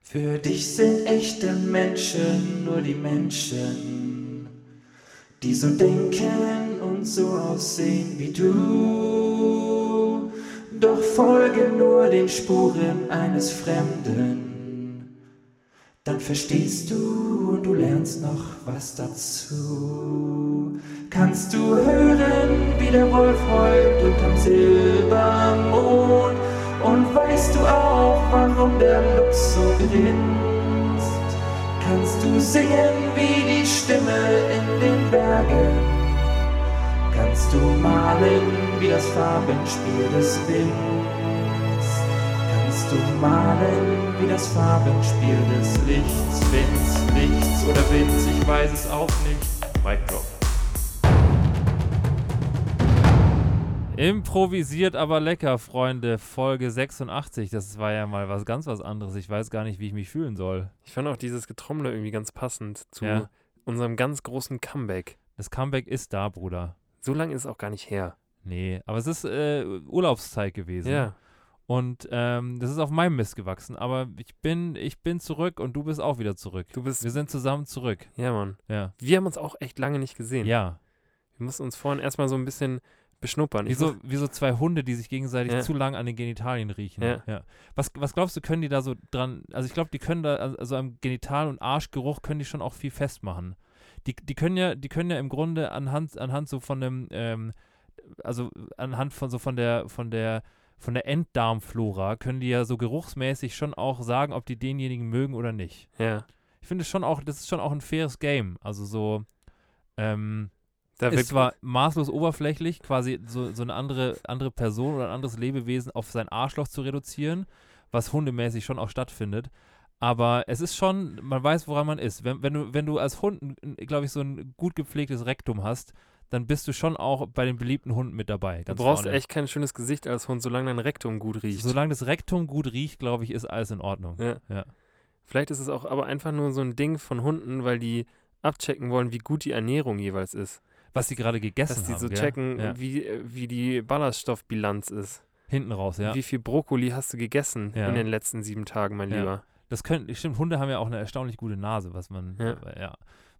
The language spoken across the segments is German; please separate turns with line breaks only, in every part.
Für dich sind echte Menschen nur die Menschen, die so denken und so aussehen wie du. Doch folge nur den Spuren eines Fremden, dann verstehst du und du lernst noch was dazu. Kannst du hören, wie der Wolf heult unterm Silbermond? Und weißt du auch, warum der Luchs so grinst? Kannst du singen wie die Stimme in den Bergen? Kannst du malen wie das Farbenspiel des Winds? Kannst du malen wie das Farbenspiel des Lichts, Winds, Lichts oder Winds? Ich weiß es auch nicht. Mic drop.
Improvisiert aber lecker, Freunde. Folge 86. Das war ja mal was ganz was anderes. Ich weiß gar nicht, wie ich mich fühlen soll.
Ich fand auch dieses Getrommel irgendwie ganz passend zu
Ja.
unserem ganz großen Comeback.
Das Comeback ist da, Bruder.
So lange ist es auch gar nicht her.
Nee, aber es ist äh, Urlaubszeit gewesen.
Ja.
Und ähm, das ist auf meinem Mist gewachsen. Aber ich bin, ich bin zurück und du bist auch wieder zurück.
Du bist.
Wir sind zusammen zurück.
Ja, Mann.
Ja.
Wir haben uns auch echt lange nicht gesehen.
Ja.
Wir mussten uns vorhin erstmal so ein bisschen beschnuppern. Ich
Wieso
muss-
wie so zwei Hunde, die sich gegenseitig
Ja.
zu lang an den Genitalien riechen.
Ja.
Was, was glaubst du, können die da so dran, also ich glaube, die können da, also am Genital- und Arschgeruch können die schon auch viel festmachen. Die, die können ja, die können ja im Grunde anhand, anhand so von einem, ähm, also anhand von so von der, von der, von der Enddarmflora können die ja so geruchsmäßig schon auch sagen, ob die denjenigen mögen oder nicht
Ja.
ich finde schon auch, das ist schon auch ein faires Game. Also so, ähm,
Da
ist zwar maßlos oberflächlich, quasi so, so eine andere, andere Person oder ein anderes Lebewesen auf sein Arschloch zu reduzieren, was hundemäßig schon auch stattfindet. Aber es ist schon, man weiß, woran man ist. Wenn, wenn, du, wenn du als Hund, glaube ich, so ein gut gepflegtes Rektum hast, dann bist du schon auch bei den beliebten Hunden mit dabei.
Du
ganz
brauchst
vorne.
echt kein schönes Gesicht als Hund, solange dein Rektum gut riecht.
Solange das Rektum gut riecht, glaube ich, ist alles in Ordnung.
Ja.
Ja.
Vielleicht ist es auch aber einfach nur so ein Ding von Hunden, weil die abchecken wollen, wie gut die Ernährung jeweils ist.
Was die gerade gegessen
Dass die
haben.
so
gell?
checken,
Ja.
wie, äh, wie die Ballaststoffbilanz ist.
Hinten raus, ja.
Wie viel Brokkoli hast du gegessen
Ja.
in den letzten sieben Tagen, mein
Ja.
Lieber?
Das können, stimmt, Hunde haben ja auch eine erstaunlich gute Nase, was man,
Ja.
ja.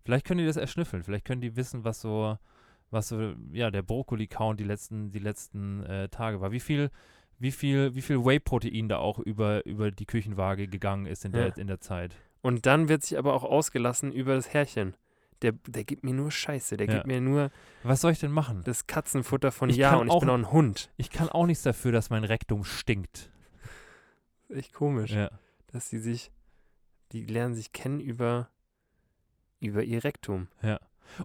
Vielleicht können die das erschnüffeln, vielleicht können die wissen, was so, was so, ja, der Brokkoli-Count die letzten, die letzten äh, Tage war. Wie viel, wie viel, wie viel Whey-Protein da auch über, über die Küchenwaage gegangen ist in der,
Ja.
in der Zeit.
Und dann wird sich aber auch ausgelassen über das Härchen. Der, der gibt mir nur Scheiße, der
Ja.
gibt mir nur
Was soll ich denn machen?
das Katzenfutter von
Ich
Ja
kann
und ich
auch-
bin auch ein Hund.
Ich kann auch nichts dafür, dass mein Rektum stinkt.
Echt komisch,
Ja.
dass die sich, die lernen sich kennen über, über ihr Rektum.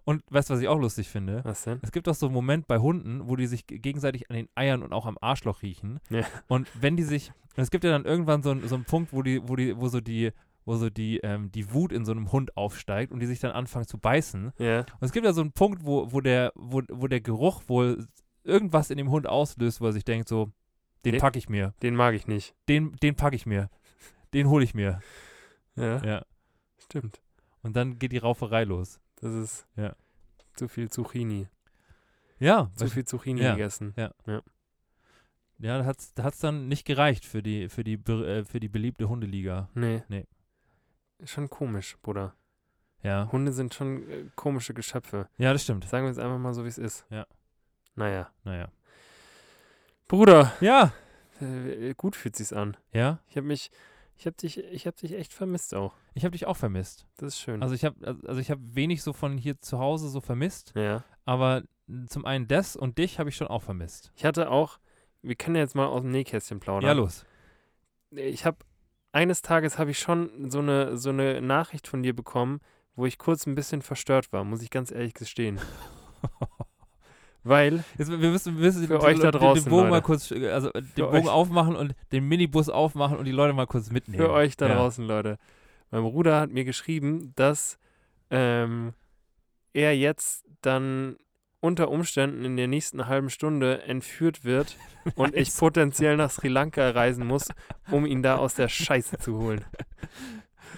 Und weißt du, was ich auch lustig finde?
Was denn?
Es gibt auch so einen Moment bei Hunden, wo die sich g- gegenseitig an den Eiern und auch am Arschloch riechen.
Ja.
Und wenn die sich, und es gibt ja dann irgendwann so, einen- so einen Punkt, wo die, wo die, wo so die, wo so die, ähm, die Wut in so einem Hund aufsteigt und die sich dann anfangen zu beißen.
Ja,
Und es gibt ja so einen Punkt, wo, wo der, wo, wo der Geruch wohl irgendwas in dem Hund auslöst, wo er sich denkt, so, den
Den-
packe ich mir,
den mag ich nicht.
den, den packe ich mir, den hole ich mir.
Ja,
Ja.
stimmt.
Und dann geht die Rauferei los.
Das ist
Ja.
zu viel Zucchini.
Ja,
Zu viel Zucchini
Ja.
gegessen.
ja, da hat es dann nicht gereicht für die, für die, be- äh, für die beliebte Hundeliga.
Nee.
Nee.
Schon komisch, Bruder.
Ja.
Hunde sind schon äh, komische Geschöpfe.
Ja, das stimmt.
Sagen wir jetzt einfach mal so, wie es ist.
Ja.
Naja.
Naja.
Bruder,
Ja.
äh, gut fühlt sich's an.
Ja.
Ich habe mich, ich habe dich, ich habe dich echt vermisst auch.
Ich habe dich auch vermisst.
Das ist schön.
Also ich habe also ich habe wenig so von hier zu Hause so vermisst,
ja.
aber zum einen das und dich habe ich schon auch vermisst.
Ich hatte auch, wir können ja jetzt mal aus dem Nähkästchen plaudern.
Ja, los.
Ich habe eines Tages habe ich schon so eine so eine Nachricht von dir bekommen, wo ich kurz ein bisschen verstört war, muss ich ganz ehrlich gestehen. Weil
Jetzt, wir müssen, wir müssen
Für euch da draußen,
den Bogen mal
Leute.
kurz also äh, den
Für
Bogen
euch.
aufmachen und den Minibus aufmachen und die Leute mal kurz mitnehmen.
für euch da
ja.
draußen, Leute, mein Bruder hat mir geschrieben, dass ähm, er jetzt dann unter Umständen in der nächsten halben Stunde entführt wird und ich potenziell nach Sri Lanka reisen muss, um ihn da aus der Scheiße zu holen.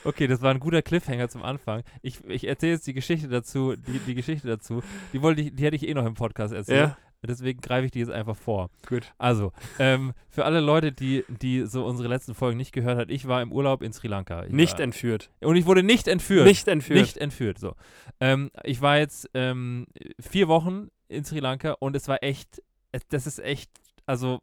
Okay, das war ein guter Cliffhanger zum Anfang. Ich, ich erzähle jetzt die Geschichte dazu, die, die Geschichte dazu. Die wollte ich, die hätte ich eh noch im Podcast erzählt.
Ja,
Deswegen greife ich die jetzt einfach vor.
Gut.
Also, ähm, für alle Leute, die, die so unsere letzten Folgen nicht gehört hat, ich war im Urlaub in Sri Lanka. Ich
Nicht
war,
entführt.
Und ich wurde nicht entführt.
Nicht entführt.
Nicht entführt, so. Ähm, ich war jetzt ähm, vier Wochen in Sri Lanka und es war echt, es- das ist echt, also,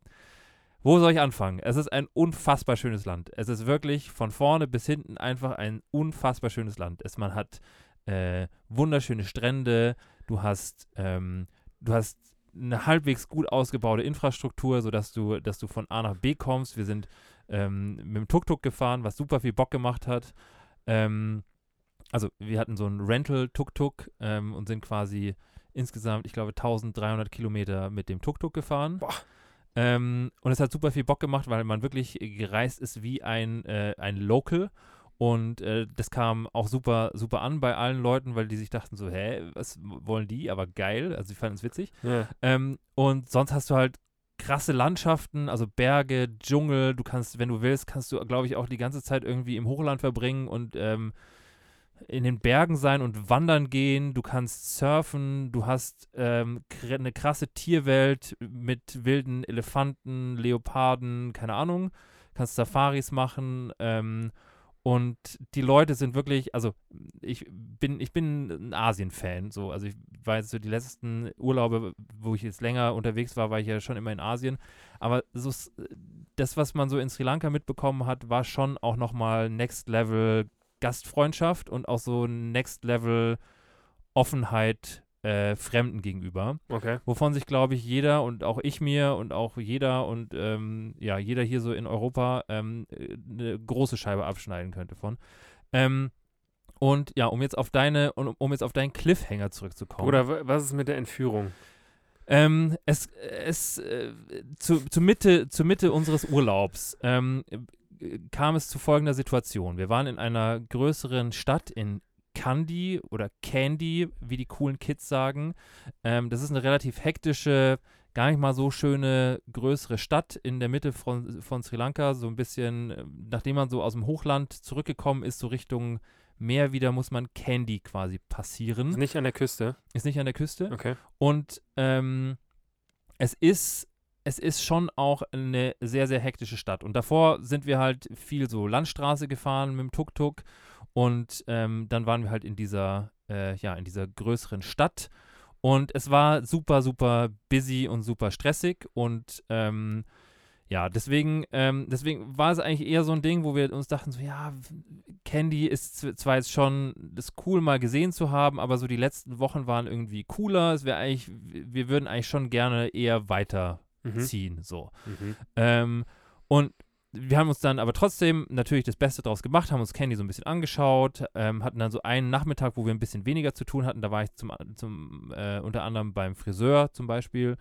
wo soll ich anfangen? Es ist ein unfassbar schönes Land. Es ist wirklich von vorne bis hinten einfach ein unfassbar schönes Land. Es, man hat äh, wunderschöne Strände, du hast, ähm, du hast eine halbwegs gut ausgebaute Infrastruktur, sodass du, dass du von A nach B kommst. Wir sind ähm, mit dem Tuk-Tuk gefahren, was super viel Bock gemacht hat. Ähm, also wir hatten so ein Rental-Tuk-Tuk ähm, und sind quasi insgesamt, ich glaube, 1300 Kilometer mit dem Tuk-Tuk gefahren.
Boah.
Ähm, und es hat super viel Bock gemacht, weil man wirklich gereist ist wie ein, äh, ein Local. Und äh, das kam auch super, super an bei allen Leuten, weil die sich dachten so, hä, was wollen die? Aber geil, also die fanden es witzig.
Ja.
Ähm, und sonst hast du halt krasse Landschaften, also Berge, Dschungel. Du kannst, wenn du willst, kannst du, glaube ich, auch die ganze Zeit irgendwie im Hochland verbringen und ähm, in den Bergen sein und wandern gehen. Du kannst surfen. Du hast ähm, kr eine krasse Tierwelt mit wilden Elefanten, Leoparden, keine Ahnung. Kannst Safaris machen. Ähm, und die Leute sind wirklich, also ich bin, ich bin ein Asien-Fan. So. Also ich war jetzt so die letzten Urlaube, wo ich jetzt länger unterwegs war, war ich ja schon immer in Asien. Aber so, s- das, was man so in Sri Lanka mitbekommen hat, war schon auch nochmal Next Level Gastfreundschaft und auch so Next Level Offenheit äh, Fremden gegenüber
Okay.
wovon sich, glaube ich, jeder und auch ich mir und auch jeder und ähm, ja, jeder hier so in Europa ähm, äh, eine große Scheibe abschneiden könnte von. Ähm, und ja, um jetzt auf deine, um, um jetzt auf deinen Cliffhanger zurückzukommen.
Oder wa- was ist mit der Entführung?
Ähm, es, es äh, zu, zu Mitte, zur Mitte unseres Urlaubs ähm, äh, kam es zu folgender Situation. Wir waren in einer größeren Stadt in Kandy oder Candy, wie die coolen Kids sagen. Ähm, das ist eine relativ hektische, gar nicht mal so schöne größere Stadt in der Mitte von, von Sri Lanka. So ein bisschen, äh, nachdem man so aus dem Hochland zurückgekommen ist, so Richtung Meer wieder, muss man Candy quasi
Ist
passieren.
nicht an der Küste.
Ist nicht an der Küste.
Okay.
Und ähm, es ist es ist schon auch eine sehr, sehr hektische Stadt. Und davor sind wir halt viel so Landstraße gefahren mit dem Tuk-Tuk. Und ähm, dann waren wir halt in dieser, äh, ja, in dieser größeren Stadt. Und es war super, super busy und super stressig. Und ähm, ja, deswegen, ähm, deswegen war es eigentlich eher so ein Ding, wo wir uns dachten, so, ja, Candy ist z- zwar jetzt schon das cool mal gesehen zu haben, aber so die letzten Wochen waren irgendwie cooler. Es wäre eigentlich, wir würden eigentlich schon gerne eher weiterziehen,
Mhm.
so.
Mhm.
Ähm, und wir haben uns dann aber trotzdem natürlich das Beste draus gemacht, haben uns Candy so ein bisschen angeschaut, ähm, hatten dann so einen Nachmittag, wo wir ein bisschen weniger zu tun hatten. Da war ich zum, zum äh, unter anderem beim Friseur zum Beispiel.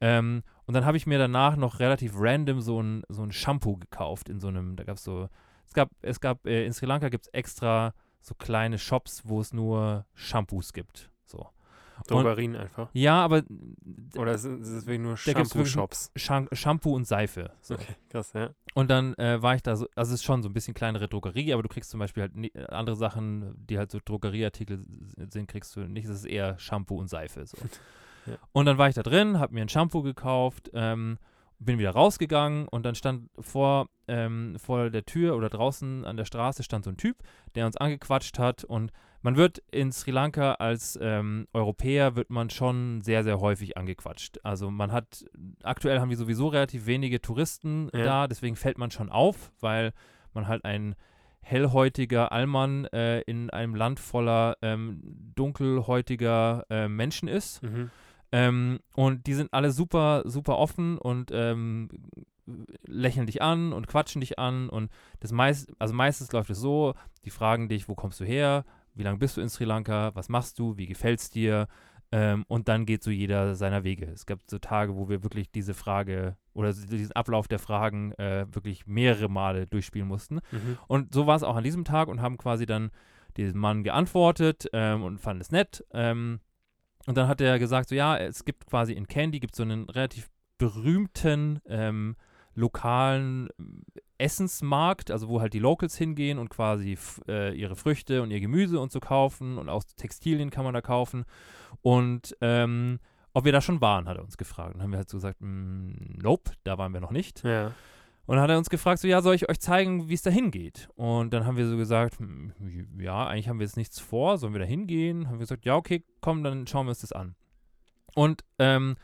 Ähm, und dann habe ich mir danach noch relativ random so ein, so ein Shampoo gekauft in so einem, da gab es so, es gab, es gab, äh, in Sri Lanka gibt es extra so kleine Shops, wo es nur Shampoos gibt. So.
Drogerien einfach.
Ja, aber
Oder es sind es ist wirklich nur
Da gibt's wirklich-
Shampoo-Shops?
Sham- Shampoo und Seife. So.
Okay, krass, ja.
Und dann äh, war ich da so, also es ist schon so ein bisschen kleinere Drogerie, aber du kriegst zum Beispiel halt ni- andere Sachen, die halt so Drogerieartikel s- sind, kriegst du nicht. Das ist eher Shampoo und Seife. So.
Ja.
Und dann war ich da drin, hab mir ein Shampoo gekauft, ähm, bin wieder rausgegangen und dann stand vor, ähm, vor der Tür oder draußen an der Straße stand so ein Typ, der uns angequatscht hat und man wird in Sri Lanka als ähm, Europäer wird man schon sehr, sehr häufig angequatscht. Also man hat, aktuell haben wir sowieso relativ wenige Touristen
Ja.
da, deswegen fällt man schon auf, weil man halt ein hellhäutiger Allmann äh, in einem Land voller ähm, dunkelhäutiger äh, Menschen ist.
Mhm.
Ähm, und die sind alle super, super offen und ähm, lächeln dich an und quatschen dich an. Und das meist, also meistens läuft es so, die fragen dich, wo kommst du her, wie lange bist du in Sri Lanka, was machst du, wie gefällt's dir? Ähm, und dann geht so jeder seiner Wege. Es gab so Tage, wo wir wirklich diese Frage oder diesen Ablauf der Fragen äh, wirklich mehrere Male durchspielen mussten.
Mhm.
Und so war es auch an diesem Tag und haben quasi dann diesem Mann geantwortet ähm, und fanden es nett. Ähm, und dann hat er gesagt, so ja, es gibt quasi in Candy gibt so einen relativ berühmten ähm, lokalen ähm, Essensmarkt, also wo halt die Locals hingehen und quasi f- äh, ihre Früchte und ihr Gemüse und so kaufen und auch Textilien kann man da kaufen. Und ähm, ob wir da schon waren, hat er uns gefragt. Und haben wir halt so gesagt, "Mm, nope, da waren wir noch nicht.
Ja.
Und dann hat er uns gefragt, so, ja, soll ich euch zeigen, wie es da hingeht? Und dann haben wir so gesagt, "Hm, ja, eigentlich haben wir jetzt nichts vor, sollen wir da hingehen? Haben wir gesagt, ja, okay, komm, dann schauen wir uns das an. Und ähm,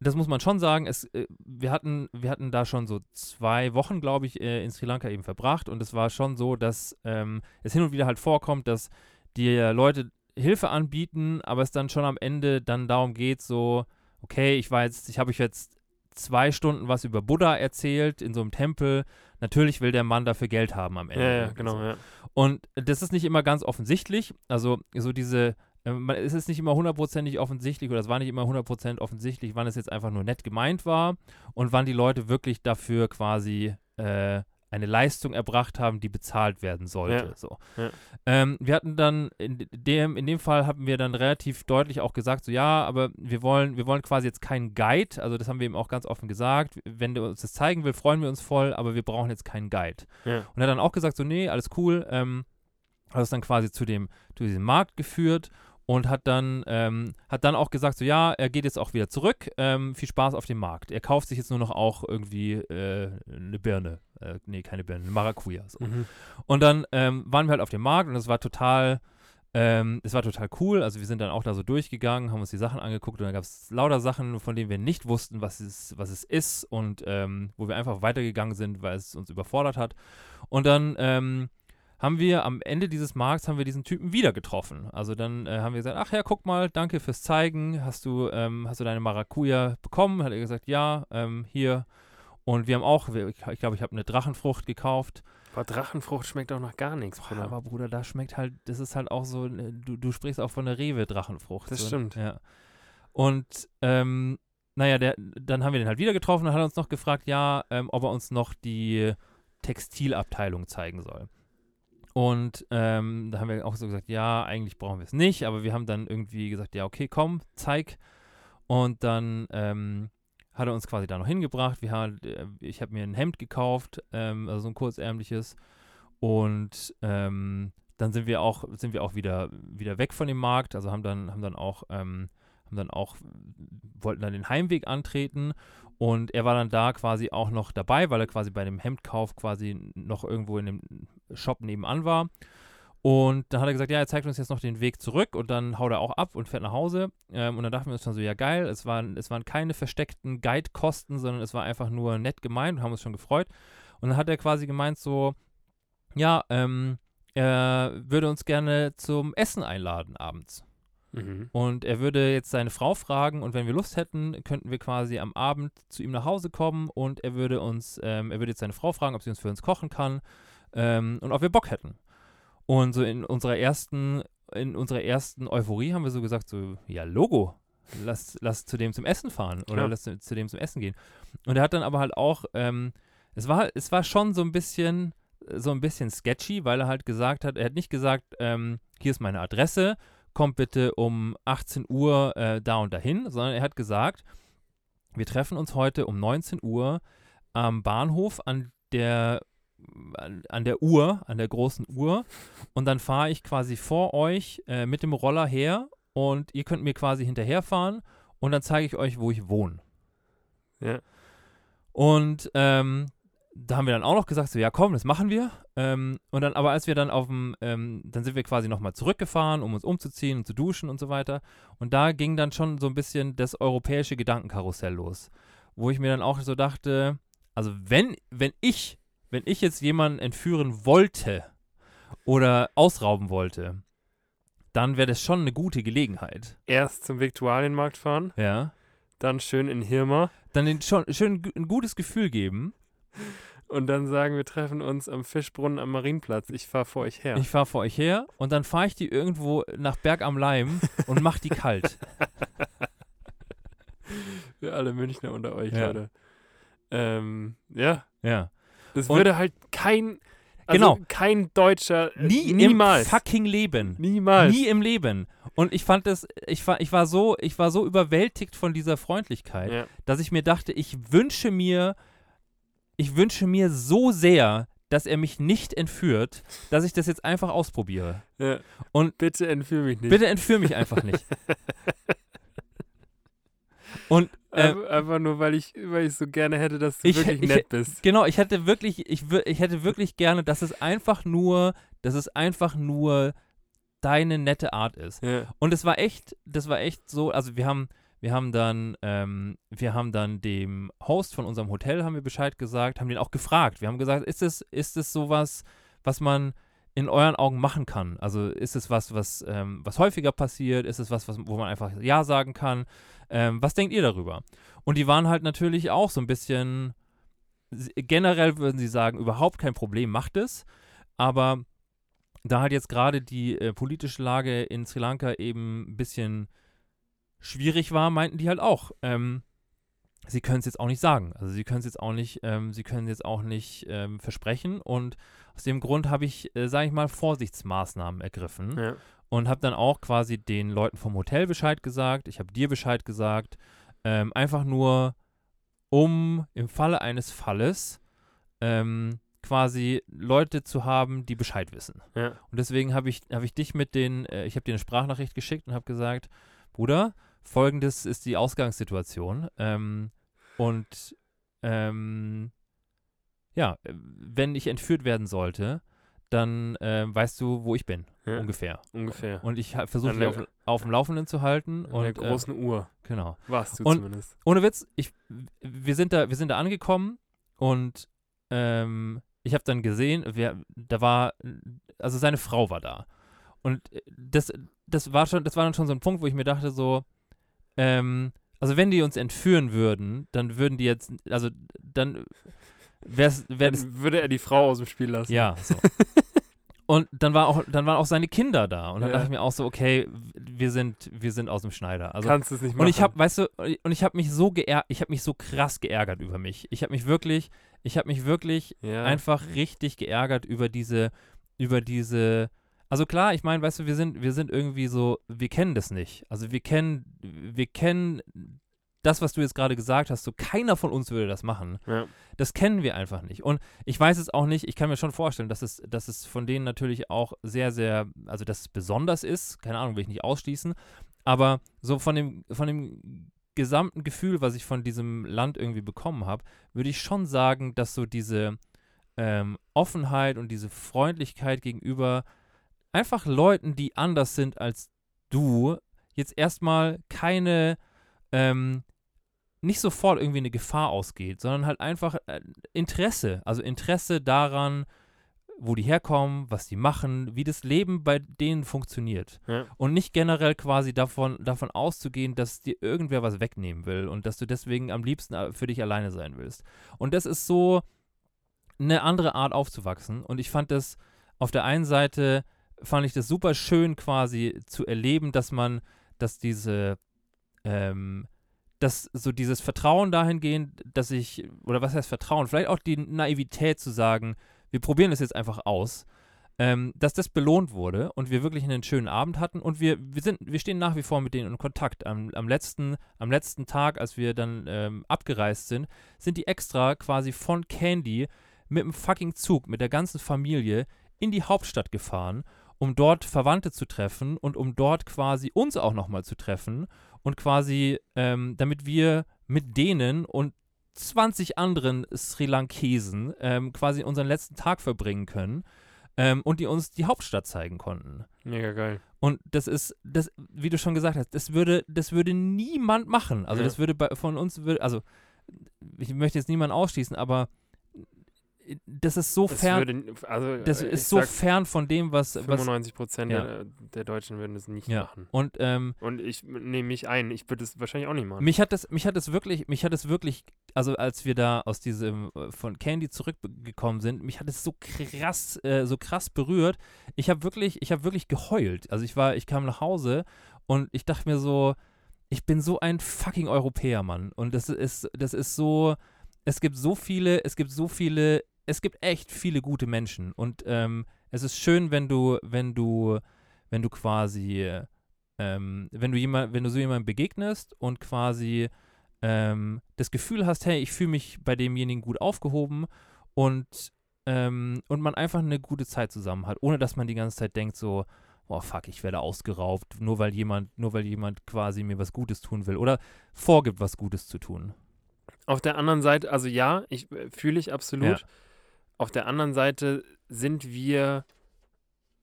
das muss man schon sagen, es, äh, wir, hatten, wir hatten da schon so zwei Wochen, glaube ich, äh, in Sri Lanka eben verbracht. Und es war schon so, dass ähm, es hin und wieder halt vorkommt, dass dir Leute Hilfe anbieten, aber es dann schon am Ende dann darum geht, so, okay, ich war jetzt, ich habe euch jetzt zwei Stunden was über Buddha erzählt in so einem Tempel. Natürlich will der Mann dafür Geld haben am
Ja,
Ende.
ja, genau, ja.
Und das ist nicht immer ganz offensichtlich. Also so diese, äh, man, es ist nicht immer hundertprozentig offensichtlich oder es war nicht immer hundertprozentig offensichtlich, wann es jetzt einfach nur nett gemeint war und wann die Leute wirklich dafür quasi äh, eine Leistung erbracht haben, die bezahlt werden sollte.
Ja,
So.
ja.
Ähm, wir hatten dann in dem, in dem Fall haben wir dann relativ deutlich auch gesagt, so ja, aber wir wollen, wir wollen quasi jetzt keinen Guide, also das haben wir eben auch ganz offen gesagt. Wenn du uns das zeigen willst, freuen wir uns voll, aber wir brauchen jetzt keinen Guide.
Ja,
Und er hat dann auch gesagt, so, nee, alles cool. Ähm, hat uns dann quasi zu dem, zu diesem Markt geführt und hat dann, ähm, hat dann auch gesagt, so, ja, er geht jetzt auch wieder zurück. Ähm, viel Spaß auf dem Markt. Er kauft sich jetzt nur noch auch irgendwie äh, eine Birne. Äh, nee, keine Birne, eine Maracuja. So.
mhm.
Und dann ähm, waren wir halt auf dem Markt und es war total, ähm, es war total cool. Also wir sind dann auch da so durchgegangen, haben uns die Sachen angeguckt und dann gab es lauter Sachen, von denen wir nicht wussten, was es, was es ist und ähm, wo wir einfach weitergegangen sind, weil es uns überfordert hat. Und dann ähm, haben wir am Ende dieses Markts haben wir diesen Typen wieder getroffen. Also dann äh, haben wir gesagt, ach ja, guck mal, danke fürs Zeigen. Hast du, ähm, hast du deine Maracuja bekommen? Hat er gesagt, ja, ähm, hier. Und wir haben auch, wir- ich glaube, ich habe eine Drachenfrucht gekauft.
Boah, Drachenfrucht schmeckt auch nach gar nichts,
Boah,
Bruder.
aber Bruder, da schmeckt halt, das ist halt auch so, ne, du, du sprichst auch von der Rewe-Drachenfrucht.
Das
so, ne?
stimmt.
Ja. Und ähm, naja, der, dann haben wir den halt wieder getroffen und hat uns noch gefragt, ja, ähm, ob er uns noch die Textilabteilung zeigen soll. Und ähm, da haben wir auch so gesagt, ja, eigentlich brauchen wir es nicht, aber wir haben dann irgendwie gesagt, ja, okay, komm, zeig. Und dann ähm, hat er uns quasi da noch hingebracht. Wir haben, äh, ich habe mir ein Hemd gekauft, ähm, also so ein kurzärmliches. Und ähm, dann sind wir auch, sind wir auch wieder, wieder weg von dem Markt, also haben dann, haben dann auch, ähm, haben dann auch, wollten dann den Heimweg antreten und er war dann da quasi auch noch dabei, weil er quasi bei dem Hemdkauf quasi noch irgendwo in dem Shop nebenan war. Und dann hat er gesagt, ja, er zeigt uns jetzt noch den Weg zurück und dann haut er auch ab und fährt nach Hause. Ähm, und dann dachten wir uns schon so, ja geil, es waren, es waren keine versteckten Guide-Kosten, sondern es war einfach nur nett gemeint und haben uns schon gefreut. Und dann hat er quasi gemeint so, ja, ähm, er würde uns gerne zum Essen einladen abends.
Mhm.
Und er würde jetzt seine Frau fragen und wenn wir Lust hätten, könnten wir quasi am Abend zu ihm nach Hause kommen und er würde uns, ähm, er würde jetzt seine Frau fragen, ob sie uns für uns kochen kann ähm, und ob wir Bock hätten. Und so in unserer ersten, in unserer ersten Euphorie haben wir so gesagt, so, ja, Logo, lass, lass zu dem zum Essen fahren oder
Klar.
lass zu zu dem zum Essen gehen. Und er hat dann aber halt auch, ähm, es war, es war schon so ein bisschen, so ein bisschen sketchy, weil er halt gesagt hat, er hat nicht gesagt, ähm, hier ist meine Adresse, kommt bitte um 18 Uhr äh, da und dahin, sondern er hat gesagt, wir treffen uns heute um 19 Uhr am Bahnhof an der an, an der Uhr, an der großen Uhr und dann fahre ich quasi vor euch äh, mit dem Roller her und ihr könnt mir quasi hinterherfahren und dann zeige ich euch, wo ich wohne.
Ja.
Und ähm, da haben wir dann auch noch gesagt, so ja komm, das machen wir. Ähm, und dann, aber als wir dann auf dem, ähm, dann sind wir quasi nochmal zurückgefahren, um uns umzuziehen und zu duschen und so weiter. Und da ging dann schon so ein bisschen das europäische Gedankenkarussell los, wo ich mir dann auch so dachte, also wenn, wenn ich, wenn ich jetzt jemanden entführen wollte oder ausrauben wollte, dann wäre das schon eine gute Gelegenheit.
Erst zum Viktualienmarkt fahren,
Ja.
dann schön in Hirma
Dann den schon schön gu- ein gutes Gefühl geben.
und dann sagen, wir treffen uns am Fischbrunnen am Marienplatz. Ich fahre vor euch her.
Ich fahre vor euch her und dann fahre ich die irgendwo nach Berg am Leim und mach die kalt.
Für alle Münchner unter euch,
Ja.
Leute. Ähm, ja,
Ja.
das
Und-
würde halt kein, also
Genau.
kein Deutscher, äh,
Nie
niemals,
im fucking Leben.
niemals.
Nie im Leben. Und ich fand das, ich war, ich war so, ich war so überwältigt von dieser Freundlichkeit,
Ja.
dass ich mir dachte, ich wünsche mir, ich wünsche mir so sehr, dass er mich nicht entführt, dass ich das jetzt einfach ausprobiere.
Ja.
Und-
bitte entführ mich nicht.
Bitte entführ mich einfach nicht. Und äh,
Einf- Einfach nur, weil ich, weil ich so gerne hätte, dass du
ich-
wirklich
ich-
nett bist.
genau, ich hätte wirklich, ich, wür- ich hätte wirklich gerne, dass es einfach nur, dass es einfach nur deine nette Art ist.
Ja.
Und es war echt, das war echt so, also wir haben, wir haben dann, ähm, wir haben dann dem Host von unserem Hotel, haben wir Bescheid gesagt, haben den auch gefragt. Wir haben gesagt, ist es, ist es sowas, was man in euren Augen machen kann? Also ist es was, was, ähm, was häufiger passiert? Ist es was, was, wo man einfach Ja sagen kann? Ähm, was denkt ihr darüber? Und die waren halt natürlich auch so ein bisschen, s- generell würden sie sagen, überhaupt kein Problem, macht es. Aber da halt jetzt gerade die äh, politische Lage in Sri Lanka eben ein bisschen schwierig war, meinten die halt auch. Ähm, sie können es jetzt auch nicht sagen. Also sie können es jetzt auch nicht, ähm, sie können jetzt auch nicht ähm, versprechen. Und aus dem Grund habe ich, äh, sage ich mal, Vorsichtsmaßnahmen ergriffen
Ja.
und habe dann auch quasi den Leuten vom Hotel Bescheid gesagt. Ich habe dir Bescheid gesagt. Ähm, einfach nur, um im Falle eines Falles ähm, quasi Leute zu haben, die Bescheid wissen.
Ja.
Und deswegen habe ich, hab ich dich mit den, äh, ich habe dir eine Sprachnachricht geschickt und habe gesagt, Bruder, folgendes ist die Ausgangssituation. Ähm, und ähm, ja, äh, wenn ich entführt werden sollte, dann äh, weißt du, wo ich bin,
Ja.
ungefähr.
Ungefähr.
Und ich ha- versuche
An
dich
der-
auf, auf dem Laufenden zu halten.
An der
Und, äh,
großen Uhr
genau.
warst du
und-
zumindest.
Ohne Witz, ich, wir, sind da, wir sind da angekommen und ähm, ich habe dann gesehen, wer, da war, also seine Frau war da. Und äh, das, das, war schon, das war dann schon so ein Punkt, wo ich mir dachte, so, ähm, also wenn die uns entführen würden, dann würden die jetzt, also dann wäre wär das
Dann würde er die Frau aus dem Spiel lassen.
ja, ne? so. Und dann, war auch, dann waren auch seine Kinder da. Und dann
Ja.
dachte ich mir auch so, okay, wir sind, wir sind aus dem Schneider. Also,
Kannst du es nicht machen.
und ich habe, weißt du, und ich habe mich so geärgert, ich habe mich so krass geärgert über mich. Ich habe mich wirklich, ich habe mich wirklich
ja.
einfach richtig geärgert über diese, über diese. Also klar, ich meine, weißt du, wir sind, wir sind irgendwie so, wir kennen das nicht. Also wir kennen, wir kennen das, was du jetzt gerade gesagt hast. So keiner von uns würde das machen.
Ja.
Das kennen wir einfach nicht. Und ich weiß es auch nicht, ich kann mir schon vorstellen, dass es, dass es von denen natürlich auch sehr, sehr, also dass es besonders ist, keine Ahnung, will ich nicht ausschließen, aber so von dem, von dem gesamten Gefühl, was ich von diesem Land irgendwie bekommen habe, würde ich schon sagen, dass so diese ähm, Offenheit und diese Freundlichkeit gegenüber einfach Leuten, die anders sind als du, jetzt erstmal keine, ähm, nicht sofort irgendwie eine Gefahr ausgeht, sondern halt einfach äh, Interesse, also Interesse daran, wo die herkommen, was die machen, wie das Leben bei denen funktioniert.
Ja.
Und nicht generell quasi davon, davon auszugehen, dass dir irgendwer was wegnehmen will und dass du deswegen am liebsten äh, für dich alleine sein willst. Und das ist so eine andere Art aufzuwachsen. Und ich fand das auf der einen Seite, fand ich das super schön quasi zu erleben, dass man, dass diese, ähm, dass so dieses Vertrauen dahingehend, dass ich, oder was heißt Vertrauen, vielleicht auch die Naivität zu sagen, wir probieren das jetzt einfach aus, ähm, dass das belohnt wurde und wir wirklich einen schönen Abend hatten und wir, wir sind, wir stehen nach wie vor mit denen in Kontakt. Am, am, letzten, am letzten Tag, als wir dann ähm, abgereist sind, sind die extra quasi von Candy mit dem fucking Zug, mit der ganzen Familie in die Hauptstadt gefahren, um dort Verwandte zu treffen und um dort quasi uns auch nochmal zu treffen und quasi, ähm, damit wir mit denen und 20 anderen Sri Lankesen ähm, quasi unseren letzten Tag verbringen können ähm, und die uns die Hauptstadt zeigen konnten.
Mega geil.
Und das ist, das, wie du schon gesagt hast, das würde, das würde niemand machen. Also
Ja.
das würde bei, von uns, wür- also ich möchte jetzt niemanden ausschließen, aber das ist so
Das
fern,
würde, also,
das
ich
ist so
sag,
fern von dem, was, was
95 Prozent
Ja.
der, äh, der Deutschen würden das nicht
Ja.
machen.
und ähm,
Und ich nehme mich ein, ich würde es wahrscheinlich auch nicht machen.
Mich hat das, mich hat das wirklich, mich hat das wirklich, also als wir da aus diesem äh, von Candy zurückgekommen sind, mich hat es so krass, äh, so krass berührt. Ich habe wirklich, ich habe wirklich geheult. Also ich war, ich kam nach Hause und ich dachte mir so, ich bin so ein fucking Europäer, Mann. Und das ist, das ist so, es gibt so viele, es gibt so viele, es gibt echt viele gute Menschen. Und ähm, es ist schön, wenn du, wenn du, wenn du quasi äh, ähm, wenn du jemand, wenn du so jemandem begegnest und quasi ähm, das Gefühl hast, hey, ich fühle mich bei demjenigen gut aufgehoben und ähm, und man einfach eine gute Zeit zusammen hat, ohne dass man die ganze Zeit denkt so, boah, fuck, ich werde ausgeraubt, nur weil jemand, nur weil jemand quasi mir was Gutes tun will oder vorgibt, was Gutes zu tun.
Auf der anderen Seite, also ja, ich äh, fühle ich absolut. Auf der anderen Seite sind wir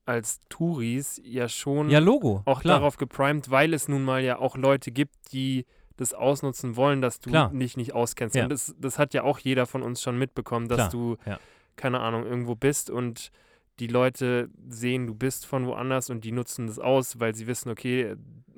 als Touris ja schon
Ja, Logo.
Mhm. auch
klar.
darauf geprimed, weil es nun mal ja auch Leute gibt, die das ausnutzen wollen, dass du
Klar.
dich nicht auskennst.
Ja.
Und das, das hat ja auch jeder von uns schon mitbekommen, dass
Klar,
du,
ja.
keine Ahnung, irgendwo bist und die Leute sehen, du bist von woanders und die nutzen das aus, weil sie wissen, okay,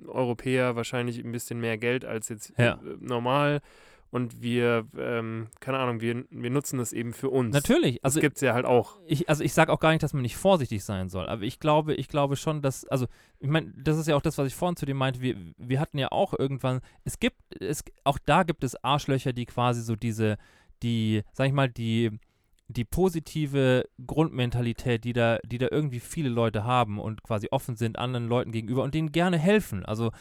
Europäer wahrscheinlich ein bisschen mehr Geld als jetzt
Ja.
äh, normal und wir, ähm, keine Ahnung, wir, wir nutzen das eben für uns.
Natürlich. Also
Das gibt es ja halt auch.
ich, also ich sage auch gar nicht, dass man nicht vorsichtig sein soll, aber ich glaube, ich glaube schon, dass, also ich meine, das ist ja auch das, was ich vorhin zu dir meinte, wir, wir hatten ja auch irgendwann, es gibt, es, auch da gibt es Arschlöcher, die quasi so diese, die, sag ich mal, die, die positive Grundmentalität, die da, die da irgendwie viele Leute haben und quasi offen sind anderen Leuten gegenüber und denen gerne helfen. Also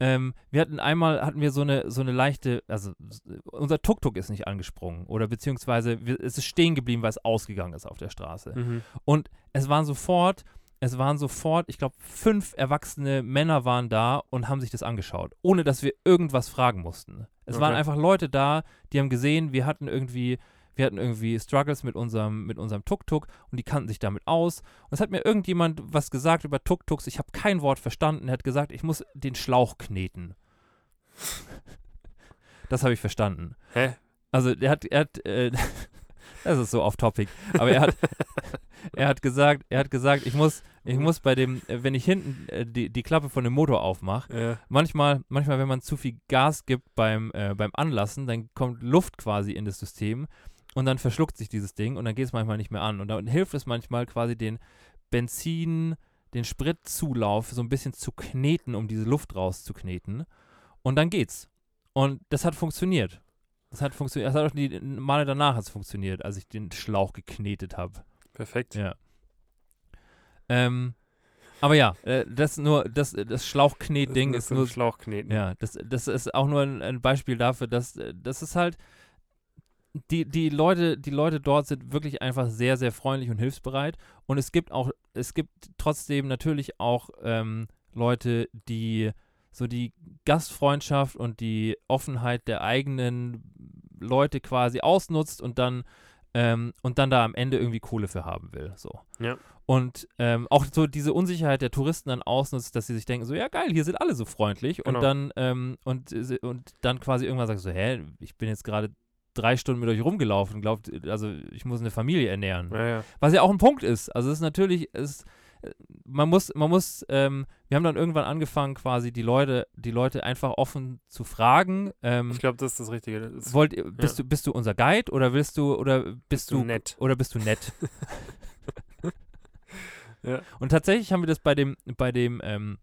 ähm, wir hatten einmal, hatten wir so eine, so eine leichte, also s- unser Tuk-Tuk ist nicht angesprungen oder beziehungsweise wir, es ist stehen geblieben, weil es ausgegangen ist auf der Straße.
Mhm.
Und es waren sofort, es waren sofort, ich glaube, fünf erwachsene Männer waren da und haben sich das angeschaut, ohne dass wir irgendwas fragen mussten. Es waren
Okay.
einfach Leute da, die haben gesehen, wir hatten irgendwie, wir hatten irgendwie Struggles mit unserem, mit unserem Tuk-Tuk und die kannten sich damit aus. Und es hat mir irgendjemand was gesagt über Tuk-Tuks, ich habe kein Wort verstanden, er hat gesagt, ich muss den Schlauch kneten. Das habe ich verstanden.
Hä?
Also er hat, er hat, äh, das ist so off topic, aber er hat, er hat gesagt, er hat gesagt, ich muss, ich muss bei dem, äh, wenn ich hinten äh, die, die Klappe von dem Motor aufmache,
Ja.
manchmal, manchmal, wenn man zu viel Gas gibt beim, äh, beim Anlassen, dann kommt Luft quasi in das System und dann verschluckt sich dieses Ding und dann geht es manchmal nicht mehr an. Und dann hilft es manchmal quasi den Benzin, den Spritzulauf so ein bisschen zu kneten, um diese Luft rauszukneten. Und dann geht's. Und das hat funktioniert. Das hat funktioniert. Das hat auch die Male danach hat's funktioniert, als ich den Schlauch geknetet habe.
Perfekt.
Ja. Ähm, aber ja, äh, das nur, das, das Schlauchknet-Ding
Das
ist
mit
nur,
dem Schlauchkneten.
ja, das, das ist auch nur ein, ein Beispiel dafür, dass, äh, das ist halt, die, die Leute, die Leute dort sind wirklich einfach sehr, sehr freundlich und hilfsbereit und es gibt auch, es gibt trotzdem natürlich auch ähm, Leute, die so die Gastfreundschaft und die Offenheit der eigenen Leute quasi ausnutzt und dann ähm, und dann da am Ende irgendwie Kohle für haben will. So.
Ja.
Und ähm, auch so diese Unsicherheit der Touristen dann ausnutzt, dass sie sich denken, so, ja geil, hier sind alle so freundlich
Genau.
und dann ähm, und, äh, und dann quasi irgendwann sagst du, hä, ich bin jetzt gerade drei Stunden mit euch rumgelaufen, glaubt, also ich muss eine Familie ernähren.
Ja, ja.
Was ja auch ein Punkt ist. Also es ist natürlich, es, äh, man muss, man muss, ähm, wir haben dann irgendwann angefangen, quasi die Leute, die Leute einfach offen zu fragen. Ähm,
Ich glaube, das ist das Richtige. Das ist
wollt, ihr- bist
ja.
du, bist du unser Guide oder willst du oder bist
so
du
nett.
oder bist du nett?
Ja.
Und tatsächlich haben wir das bei dem, bei dem, ähm,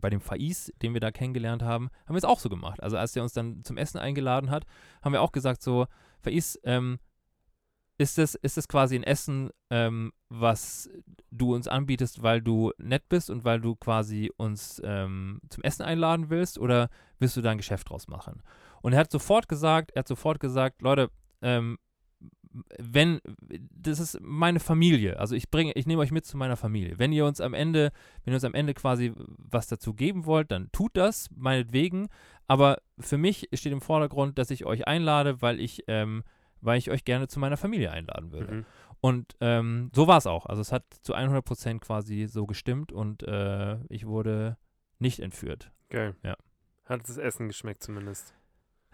bei dem Faiz, den wir da kennengelernt haben, haben wir es auch so gemacht. Also als der uns dann zum Essen eingeladen hat, haben wir auch gesagt so, Faiz, ähm, ist das, ist das quasi ein Essen, ähm, was du uns anbietest, weil du nett bist und weil du quasi uns ähm, zum Essen einladen willst oder willst du da ein Geschäft draus machen? Und er hat sofort gesagt, er hat sofort gesagt, Leute, ähm, wenn, das ist meine Familie, also ich bringe, ich nehme euch mit zu meiner Familie. Wenn ihr uns am Ende, wenn ihr uns am Ende quasi was dazu geben wollt, dann tut das, meinetwegen. Aber für mich steht im Vordergrund, dass ich euch einlade, weil ich, ähm, weil ich euch gerne zu meiner Familie einladen würde.
Mhm.
Und ähm, so war es auch. Also es hat zu 100% quasi so gestimmt und äh, ich wurde nicht entführt.
Geil.
Ja.
Hat das Essen geschmeckt zumindest.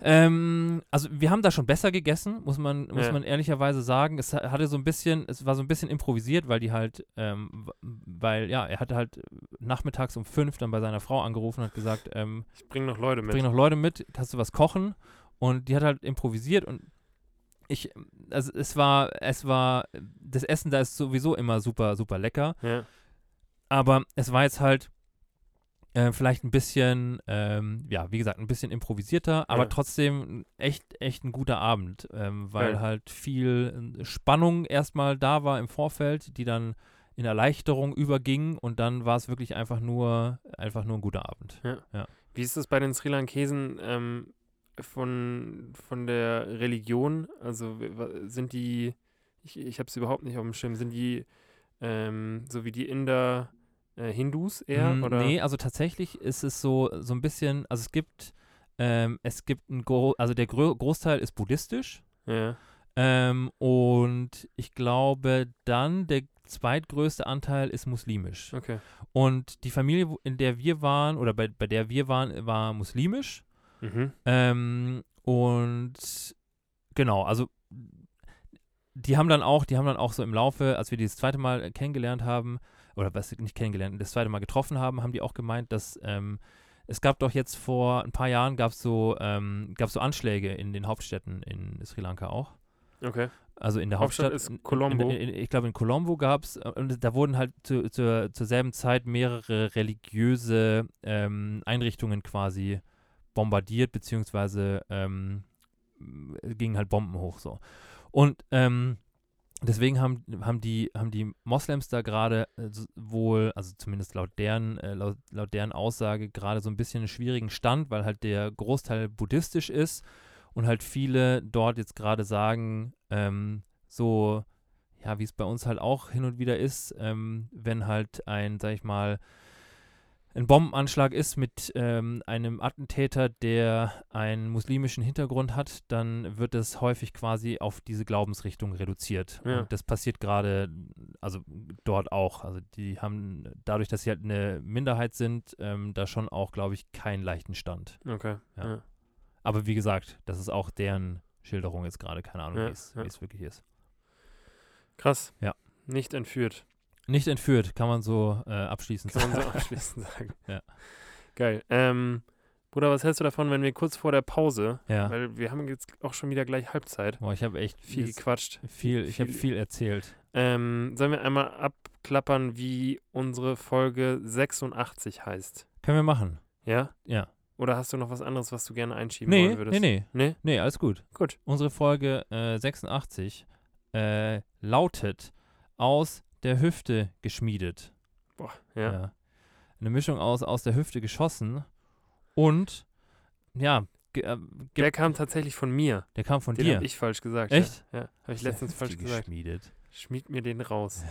Ähm, also wir haben da schon besser gegessen, muss man, muss
Ja.
man ehrlicherweise sagen. Es ha- hatte so ein bisschen, es war so ein bisschen improvisiert, weil die halt, ähm, w- weil, ja, er hatte halt nachmittags um fünf dann bei seiner Frau angerufen und hat gesagt, ähm,
Ich bringe noch Leute
ich
mit.
bringe noch Leute mit, kannst du was kochen? Und die hat halt improvisiert und ich, also es war, es war, das Essen da ist sowieso immer super, super lecker.
ja.
Aber es war jetzt halt äh, vielleicht ein bisschen, ähm, ja, wie gesagt, ein bisschen improvisierter, aber
Ja.
trotzdem echt, echt ein guter Abend, ähm, weil
Geil.
halt viel äh, Spannung erstmal da war im Vorfeld, die dann in Erleichterung überging und dann war es wirklich einfach nur, einfach nur ein guter Abend.
Wie ist es bei den Sri Lankesen ähm, von, von der Religion? Also w- wa- sind die, ich, ich habe es überhaupt nicht auf dem Schirm, sind die ähm, so wie die Inder äh, Hindus eher?
Mm,
oder?
Nee, also tatsächlich ist es so, so ein bisschen, also es gibt, ähm, es gibt ein, Gro also der Gro Großteil ist buddhistisch
Ja.
ähm, und ich glaube dann der zweitgrößte Anteil ist muslimisch.
Okay.
Und die Familie, wo- in der wir waren oder bei, bei der wir waren, war muslimisch.
Mhm.
Ähm, und genau, also die haben dann auch, die haben dann auch so im Laufe, als wir die das zweite Mal äh, kennengelernt haben, oder was nicht kennengelernt, das zweite Mal getroffen haben, haben die auch gemeint, dass ähm, es gab doch jetzt vor ein paar Jahren gab so, ähm, gab's so Anschläge in den Hauptstädten in Sri Lanka auch.
Okay.
Also in der
Hauptstadt
Hauptstadt,
ist
in-
Colombo.
In, in, ich glaube in Colombo gab es, und da wurden halt zu, zur- zur selben Zeit mehrere religiöse ähm, Einrichtungen quasi bombardiert, beziehungsweise ähm, gingen halt Bomben hoch so. Und ähm, deswegen haben, haben, die, haben die Moslems da gerade äh, s- wohl, also zumindest laut deren, äh, laut, laut deren Aussage, gerade so ein bisschen einen schwierigen Stand, weil halt der Großteil buddhistisch ist und halt viele dort jetzt gerade sagen, ähm, so, ja, wie es bei uns halt auch hin und wieder ist, ähm, wenn halt ein, sag ich mal, ein Bombenanschlag ist mit ähm, einem Attentäter, der einen muslimischen Hintergrund hat, dann wird es häufig quasi auf diese Glaubensrichtung reduziert.
Ja.
Und das passiert gerade, also dort auch. Also die haben dadurch, dass sie halt eine Minderheit sind, ähm, da schon auch, glaube ich, keinen leichten Stand.
Okay.
Ja.
Ja.
Aber wie gesagt, das ist auch deren Schilderung jetzt gerade. Keine Ahnung,
Ja,
wie es
ja.
wie es wirklich ist.
Krass.
Ja.
Nicht entführt.
Nicht entführt, kann man so äh, abschließend
Kann man so
sagen.
abschließend sagen.
Ja.
Geil. Ähm, Bruder, was hältst du davon, wenn wir kurz vor der Pause,
Ja.
weil wir haben jetzt auch schon wieder gleich Halbzeit,
Boah, ich habe echt
viel
viel,
gequatscht.
viel, ich habe
viel-
viel erzählt.
Ähm, sollen wir einmal abklappern, wie unsere Folge 86 heißt?
Können wir machen.
Ja?
Ja.
Oder hast du noch was anderes, was du gerne einschieben
Nee,
wollen
nee,
würdest?
nee.
nee. Nee?
Nee, alles gut.
Gut.
Unsere Folge äh, 86 äh, lautet aus der Hüfte geschmiedet.
Boah, ja.
Eine Mischung aus aus der Hüfte geschossen und ja, ge, äh, ge,
Der kam tatsächlich von mir.
der kam von
Den
dir.
habe ich falsch gesagt.
Echt?
Ja, ja. habe ich
Aus der
letztens falsch
Hüfte
gesagt.
geschmiedet.
Schmied mir den raus.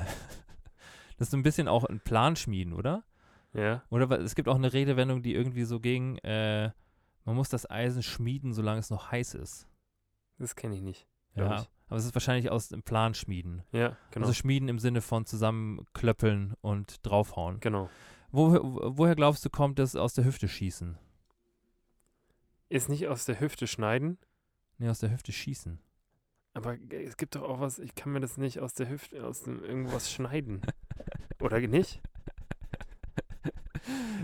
Das ist so ein bisschen auch ein Plan schmieden, oder?
Ja.
Oder wa- es gibt auch eine Redewendung, die irgendwie so ging, äh, man muss das Eisen schmieden, solange es noch heiß ist.
Das kenne ich nicht. Glaub
Ja.
ich.
Aber es ist wahrscheinlich aus dem Plan schmieden.
Ja, genau.
Also schmieden im Sinne von zusammenklöppeln und draufhauen.
genau.
Wo, wo- woher glaubst du, kommt das aus der Hüfte schießen?
Ist nicht aus der Hüfte schneiden,
Nee, aus der Hüfte schießen.
aber g- es gibt doch auch was, ich kann mir das nicht aus der Hüfte, aus dem irgendwas schneiden. Oder nicht?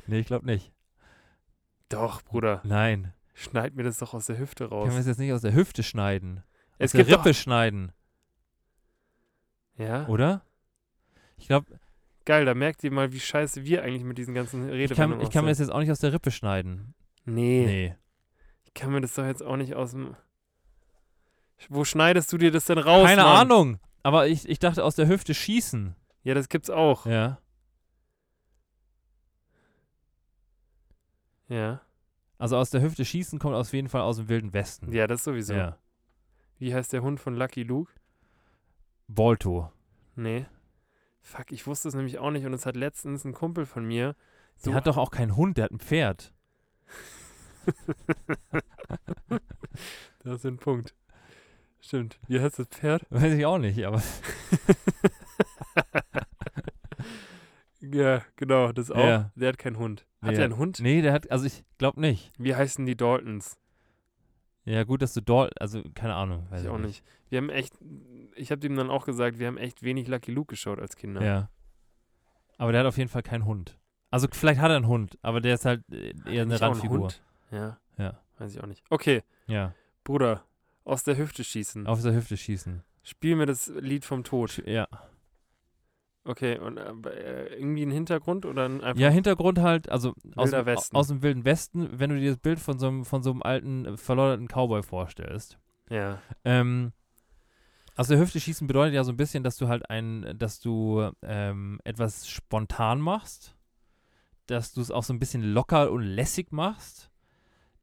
Nee, ich glaube nicht.
Doch, Bruder.
Nein.
Schneid mir das doch aus der Hüfte
Können wir
raus.
es jetzt nicht aus der Hüfte schneiden?
Es
aus der
gibt
Rippe schneiden,
doch, Ja.
oder? Ich glaube,
Geil, da merkt ihr mal, wie scheiße wir eigentlich mit diesen ganzen
ich kann,
Redewendungen
ich kann mir
auch
das jetzt auch nicht aus der Rippe schneiden.
sind. Nee,
Nee.
ich kann mir das doch jetzt auch nicht aus dem. Wo schneidest du dir das denn raus?
Keine
Mann?
Ahnung. Aber ich, ich dachte aus der Hüfte schießen.
Ja, das gibt's auch.
Ja.
Ja.
Also aus der Hüfte schießen kommt auf jeden Fall aus dem Wilden Westen.
Ja, das sowieso.
Ja.
Wie heißt der Hund von Lucky Luke?
Bolto.
Nee. Fuck, ich wusste es nämlich auch nicht und es hat letztens ein Kumpel von mir.
Der
So-
hat doch auch keinen Hund, der hat ein Pferd.
Das ist ein Punkt. Stimmt. Wie heißt das Pferd?
Weiß ich auch nicht, aber
Ja, genau, das auch.
Ja.
Der hat keinen Hund. Hat
Nee.
er einen Hund?
nee, der hat, also ich glaube nicht.
Wie heißen die Daltons?
Ja, gut, dass du dort, also keine Ahnung. Weiß
ich auch nicht. Wir haben echt, ich habe ihm dann auch gesagt, wir haben echt wenig Lucky Luke geschaut als Kinder.
Ja. Aber der hat auf jeden Fall keinen Hund. Also vielleicht hat er einen Hund, aber der ist halt äh, eher eine
Nicht auch ein
Randfigur.
Hund? Ja.
Ja.
Weiß ich auch nicht. Okay,
Ja,
Bruder, aus der Hüfte schießen.
aus der Hüfte schießen.
Spiel mir das Lied vom Tod.
Hm. Ja.
Okay, und äh, irgendwie ein Hintergrund oder ein- einfach
Ja, Hintergrund halt, also aus,
Wilder
dem-
Westen.
aus dem Wilden Westen, wenn du dir das Bild von so einem, von so einem alten, äh, verlodderten Cowboy vorstellst.
Ja.
Ähm, aus der Hüfte schießen bedeutet ja so ein bisschen, dass du halt ein, dass du ähm, etwas spontan machst, dass du es auch so ein bisschen locker und lässig machst,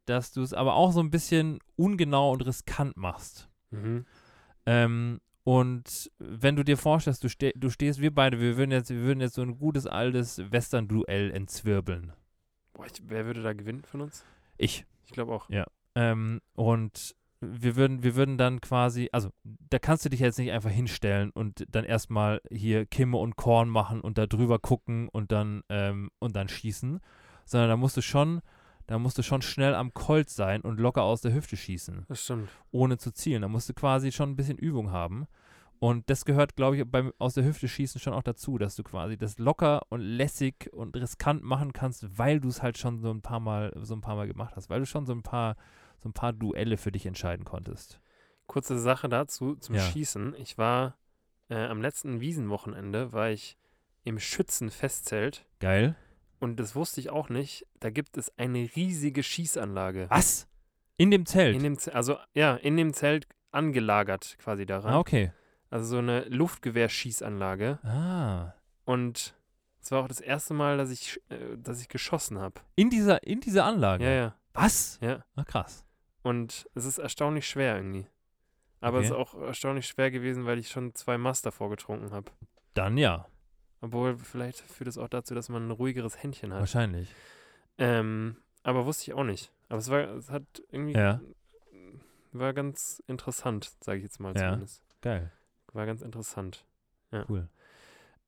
dass du es aber auch so ein bisschen ungenau und riskant machst.
Mhm.
Ähm, Und wenn du dir vorstellst, du, ste du stehst, wir beide, wir würden, jetzt, wir würden jetzt so ein gutes altes Western-Duell entzwirbeln.
Boah, ich, wer würde da gewinnen von uns?
Ich.
Ich glaube auch.
Ähm, und wir würden, wir würden dann quasi, also da kannst du dich jetzt nicht einfach hinstellen und dann erstmal hier Kimme und Korn machen und da drüber gucken und dann, ähm, und dann schießen, sondern da musst du schon, da musst du schon schnell am Colt sein und locker aus der Hüfte schießen,
Das stimmt.
ohne zu zielen. Da musst du quasi schon ein bisschen Übung haben. Und das gehört, glaube ich, beim aus der Hüfte schießen schon auch dazu, dass du quasi das locker und lässig und riskant machen kannst, weil du es halt schon so ein paar Mal, so ein paar Mal gemacht hast, weil du schon so ein paar, so ein paar Duelle für dich entscheiden konntest.
Kurze Sache dazu zum
Ja.
Schießen. Ich war äh, am letzten Wiesenwochenende war ich im Schützenfestzelt
Geil.
und das wusste ich auch nicht. Da gibt es eine riesige Schießanlage.
Was? In dem Zelt?
In dem Z also ja, in dem Zelt angelagert quasi daran.
ah, okay.
Also so eine Luftgewehrschießanlage
Ah.
und es war auch das erste Mal, dass ich äh, dass ich geschossen habe.
In dieser, in dieser Anlage?
Ja, ja,
Was?
ja.
Ah, krass.
Und es ist erstaunlich schwer irgendwie. Aber es ist
Okay.
auch erstaunlich schwer gewesen, weil ich schon zwei Maß davor getrunken habe.
Dann ja,
Obwohl, vielleicht führt es auch dazu, dass man ein ruhigeres Händchen hat.
wahrscheinlich.
Ähm, aber wusste ich auch nicht. Aber es war, es hat irgendwie,
Ja.
war ganz interessant, sage ich jetzt mal
Ja.
zumindest.
Geil.
War ganz interessant. Ja.
Cool.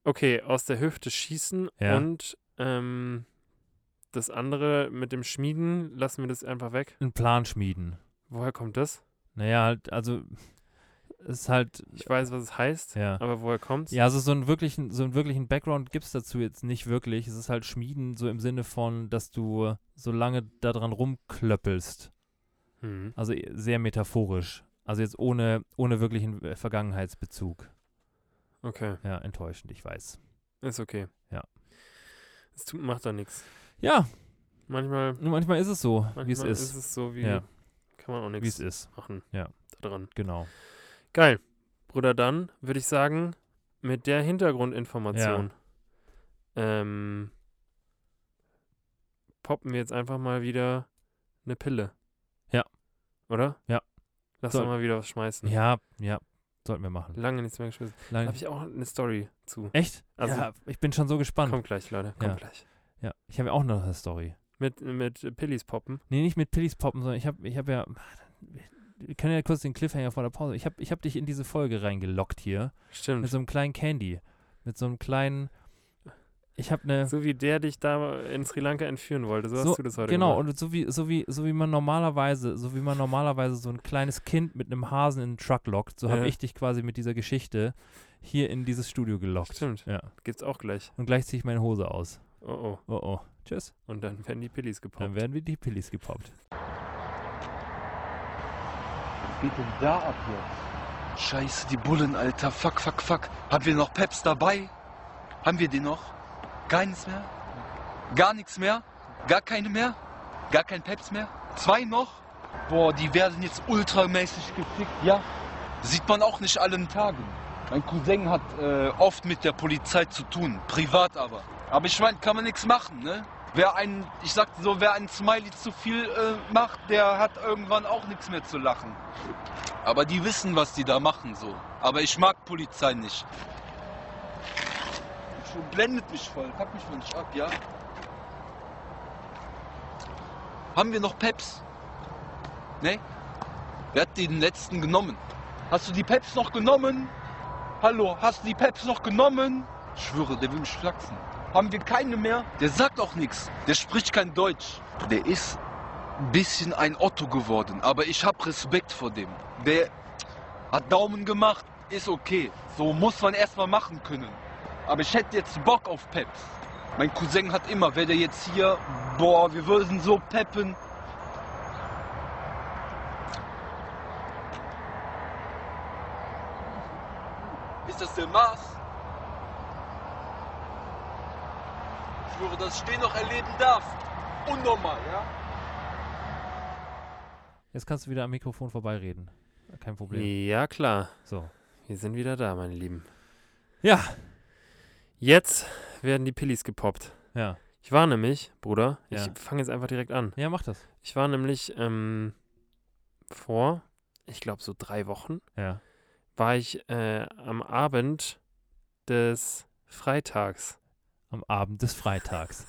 Okay, aus der Hüfte schießen
Ja.
und ähm, das andere mit dem Schmieden, lassen wir das einfach weg.
Einen Plan schmieden.
Woher kommt das?
Naja, halt, also, es ist halt,
Ich weiß, was es heißt,
ja.
aber woher kommt's?
Ja, also so einen wirklichen, so einen wirklichen Background gibt es dazu jetzt nicht wirklich. Es ist halt Schmieden, so im Sinne von, dass du so lange daran rumklöppelst.
Hm.
Also eh, sehr metaphorisch. Also jetzt ohne, ohne wirklichen äh, Vergangenheitsbezug.
Okay,
Ja, enttäuschend, ich weiß.
ist okay.
Ja.
Es tut, macht doch nichts.
Ja,
Manchmal,
nur manchmal ist es so,
manchmal
wie es
ist
ist.
es so wie,
Ja.
kann man auch
Wie es
nichts
ist,
machen.
Ja.
Daran.
genau.
Geil. Bruder, dann würde ich sagen, mit der Hintergrundinformation ähm, poppen wir jetzt einfach mal wieder eine Pille.
Ja.
Oder?
Ja.
Lass
Soll-
doch mal wieder was schmeißen.
Ja, ja, sollten wir machen.
Lange nichts mehr geschmissen. Da
Lang
habe ich auch eine Story zu.
Echt?
Also-
ja, ich bin schon so gespannt.
Kommt gleich, Leute. Kommt
Ja.
gleich.
Ja, ich habe ja auch noch eine Story.
Mit, mit Pillis poppen.
Nee, nicht mit Pillis poppen, sondern ich habe ich hab ja. Wir können ja kurz den Cliffhanger vor der Pause. Ich habe ich hab dich in diese Folge reingelockt hier.
Stimmt.
Mit so einem kleinen Candy. Mit so einem kleinen. Ich ne, habe eine.
so wie der dich da in Sri Lanka entführen wollte. So,
So,
hast du das heute
Genau,
gemacht.
und so wie, so wie, so wie man normalerweise, so wie man normalerweise so ein kleines Kind mit einem Hasen in den Truck lockt, so
Ja.
habe ich dich quasi mit dieser Geschichte hier in dieses Studio gelockt.
Stimmt.
Ja.
Gibt's auch gleich.
Und gleich ziehe ich meine Hose aus.
Oh oh.
Oh oh. Tschüss.
Und dann werden die Pillis gepoppt.
Dann werden wir die Pillis gepoppt.
geht denn da ab jetzt?
Scheiße, die Bullen, Alter. Fuck, fuck, fuck. Haben wir noch Peps dabei? Haben wir die noch? Gar nichts mehr? Gar nichts mehr? Gar keine mehr? Gar kein Peps mehr? Zwei noch? Boah, die werden jetzt ultramäßig gefickt, ja? Sieht man auch nicht allen Tagen. Mein Cousin hat äh, oft mit der Polizei zu tun, privat aber. Aber ich meine, kann man nichts machen, ne? Wer einen, ich sag so, wer einen Smiley zu viel äh, macht, der hat irgendwann auch nichts mehr zu lachen. Aber die wissen, was die da machen, so. Aber ich mag Polizei nicht. Schon blendet mich voll. Pack mich mal nicht ab, ja? Haben wir noch Peps? Ne? Wer hat den letzten genommen? Hast du die Peps noch genommen? Hallo, hast du die Peps noch genommen? Ich schwöre, der will mich flachsen. Haben wir keine mehr? Der sagt auch nichts. Der spricht kein Deutsch. Der ist ein bisschen ein Otto geworden, aber ich hab Respekt vor dem. Der hat Daumen gemacht, ist okay. So muss man erstmal machen können. Aber ich hätte jetzt Bock auf Peps. Mein Cousin hat immer, wäre der jetzt hier, boah, wir würden so peppen. Ist das der Mars? Ich schwöre, dass ich den noch erleben darf. Unnormal, ja?
Jetzt kannst du wieder am Mikrofon vorbeireden. Kein Problem.
Ja, klar.
So.
Wir sind wieder da, meine Lieben.
Ja.
Jetzt werden die Pillis gepoppt.
Ja.
Ich war nämlich, Bruder,
Ja.
ich fange jetzt einfach direkt an.
Ja, mach das.
Ich war nämlich ähm, vor, ich glaube, so drei Wochen,
Ja.
war ich äh, am Abend des Freitags.
Am Abend des Freitags.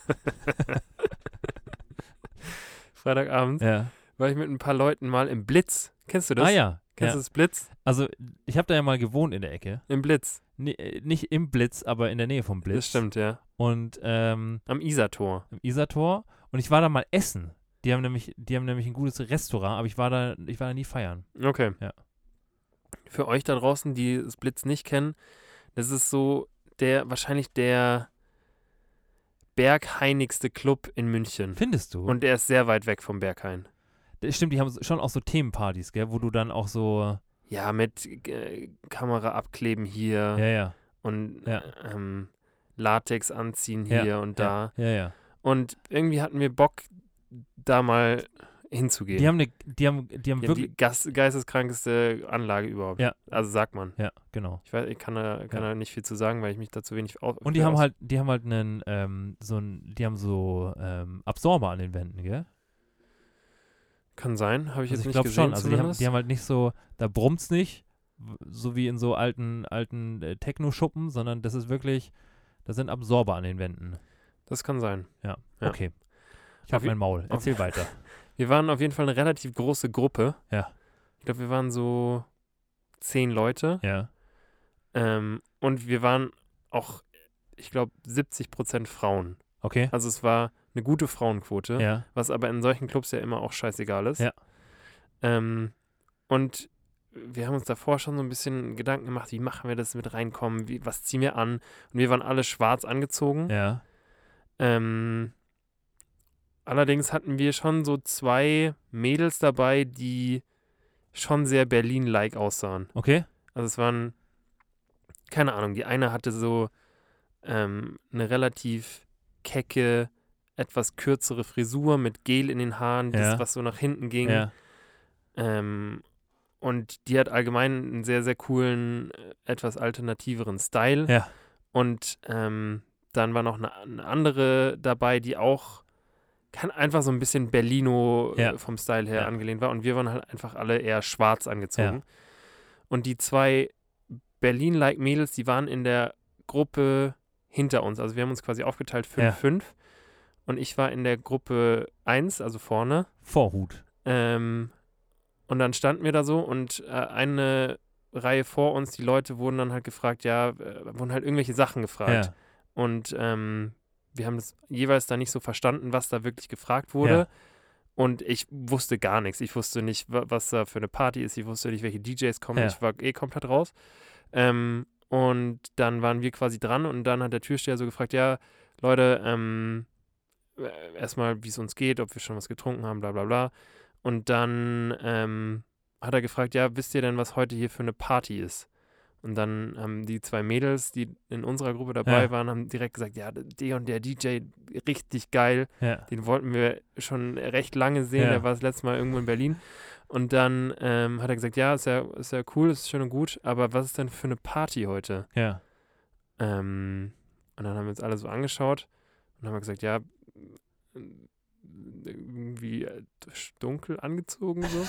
Freitagabend
ja.
war ich mit ein paar Leuten mal im Blitz. Kennst du das?
Ah ja.
Kennst
ja.
du das Blitz?
Also, ich habe da ja mal gewohnt in der Ecke.
Im Blitz.
Nee, äh, nicht im Blitz, aber in der Nähe vom Blitz.
Das stimmt, ja.
Und ähm,
Am Isartor.
im Isartor. Und ich war da mal essen. Die haben nämlich, die haben nämlich ein gutes Restaurant, aber ich war da, ich war da nie feiern.
Okay.
Ja.
Für euch da draußen, die das Blitz nicht kennen, das ist so der, wahrscheinlich der bergheinigste Club in München.
Findest du?
Hm. Und der ist sehr weit weg vom Berghain.
Das stimmt, die haben so- schon auch so Themenpartys, gell, wo du dann auch so,
Ja, mit äh, Kamera abkleben hier
ja, ja,
und
Ja.
Ähm, Latex anziehen
Ja,
hier und da.
ja, ja.
Und irgendwie hatten wir Bock, da mal hinzugehen.
Die haben eine, die haben, die haben
Die haben
wirklich,
die gas- geisteskrankeste Anlage überhaupt.
Ja.
Also sagt man.
ja, genau.
Ich, weiß, ich kann, da, kann
Ja.
da nicht viel zu sagen, weil ich mich da zu wenig auf.
Und die
für
haben
aus-
halt, die haben halt einen, ähm, so ein, die haben so ähm, Absorber an den Wänden, gell?
Kann sein, habe ich
Also
jetzt
ich
nicht
glaube
gesehen.
schon. Also die haben,
zumindest.
die haben halt nicht so, da brummt's nicht, w- so wie in so alten, alten äh, Techno-Schuppen, sondern das ist wirklich, da sind Absorber an den Wänden.
das kann sein.
Ja,
Ja.
okay. Ich
Auf
habe
je-
mein Maul. Erzähl weiter.
Wir waren auf jeden Fall eine relativ große Gruppe.
Ja.
Ich glaube, wir waren so zehn Leute.
Ja.
Ähm, und wir waren auch, ich glaube, 70 Prozent Frauen.
Okay.
Also es war eine gute Frauenquote.
Ja.
was aber in solchen Clubs ja immer auch scheißegal ist.
Ja.
Ähm, und wir haben uns davor schon so ein bisschen Gedanken gemacht, wie machen wir das mit reinkommen, wie, was ziehen wir an? Und wir waren alle schwarz angezogen.
Ja.
Ähm, allerdings hatten wir schon so zwei Mädels dabei, die schon sehr Berlin-like aussahen.
Okay.
Also es waren, keine Ahnung, die eine hatte so ähm, eine relativ kecke, etwas kürzere Frisur mit Gel in den Haaren,
Ja.
das, was so nach hinten ging.
Ja.
Ähm, und die hat allgemein einen sehr, sehr coolen, äh, etwas alternativeren Style.
Ja.
Und ähm, dann war noch eine, eine andere dabei, die auch kann einfach so ein bisschen Berlino äh,
Ja.
vom Style her
Ja.
angelehnt war. Und wir waren halt einfach alle eher schwarz angezogen. Und die zwei Berlin-like Mädels, die waren in der Gruppe hinter uns. Also wir haben uns quasi aufgeteilt,
Ja.
5-5. Und ich war in der Gruppe 1, also vorne.
Vorhut.
Ähm, und dann standen wir da so und äh, eine Reihe vor uns, die Leute wurden dann halt gefragt, ja, äh, wurden halt irgendwelche Sachen gefragt.
Ja.
Und ähm, wir haben das jeweils da nicht so verstanden, was da wirklich gefragt wurde.
Ja.
Und ich wusste gar nichts. Ich wusste nicht, wa- was da für eine Party ist. Ich wusste nicht, welche DJs kommen.
Ja.
Ich war eh komplett raus. Ähm, und dann waren wir quasi dran und dann hat der Türsteher so gefragt, ja, Leute, ähm, äh, erstmal, wie es uns geht, ob wir schon was getrunken haben, bla bla bla. Und dann ähm, hat er gefragt, ja, wisst ihr denn, was heute hier für eine Party ist? Und dann haben die zwei Mädels, die in unserer Gruppe dabei
Ja.
waren, haben direkt gesagt, ja, der und der DJ, richtig geil.
Ja.
Den wollten wir schon recht lange sehen.
Ja.
Der war das letzte Mal irgendwo in Berlin. Und dann ähm, hat er gesagt, ja ist, ja, ist ja cool, ist schön und gut, aber was ist denn für eine Party heute?
Ja.
Ähm, und dann haben wir uns alle so angeschaut und haben gesagt, ja, äh, irgendwie äh, dunkel angezogen so.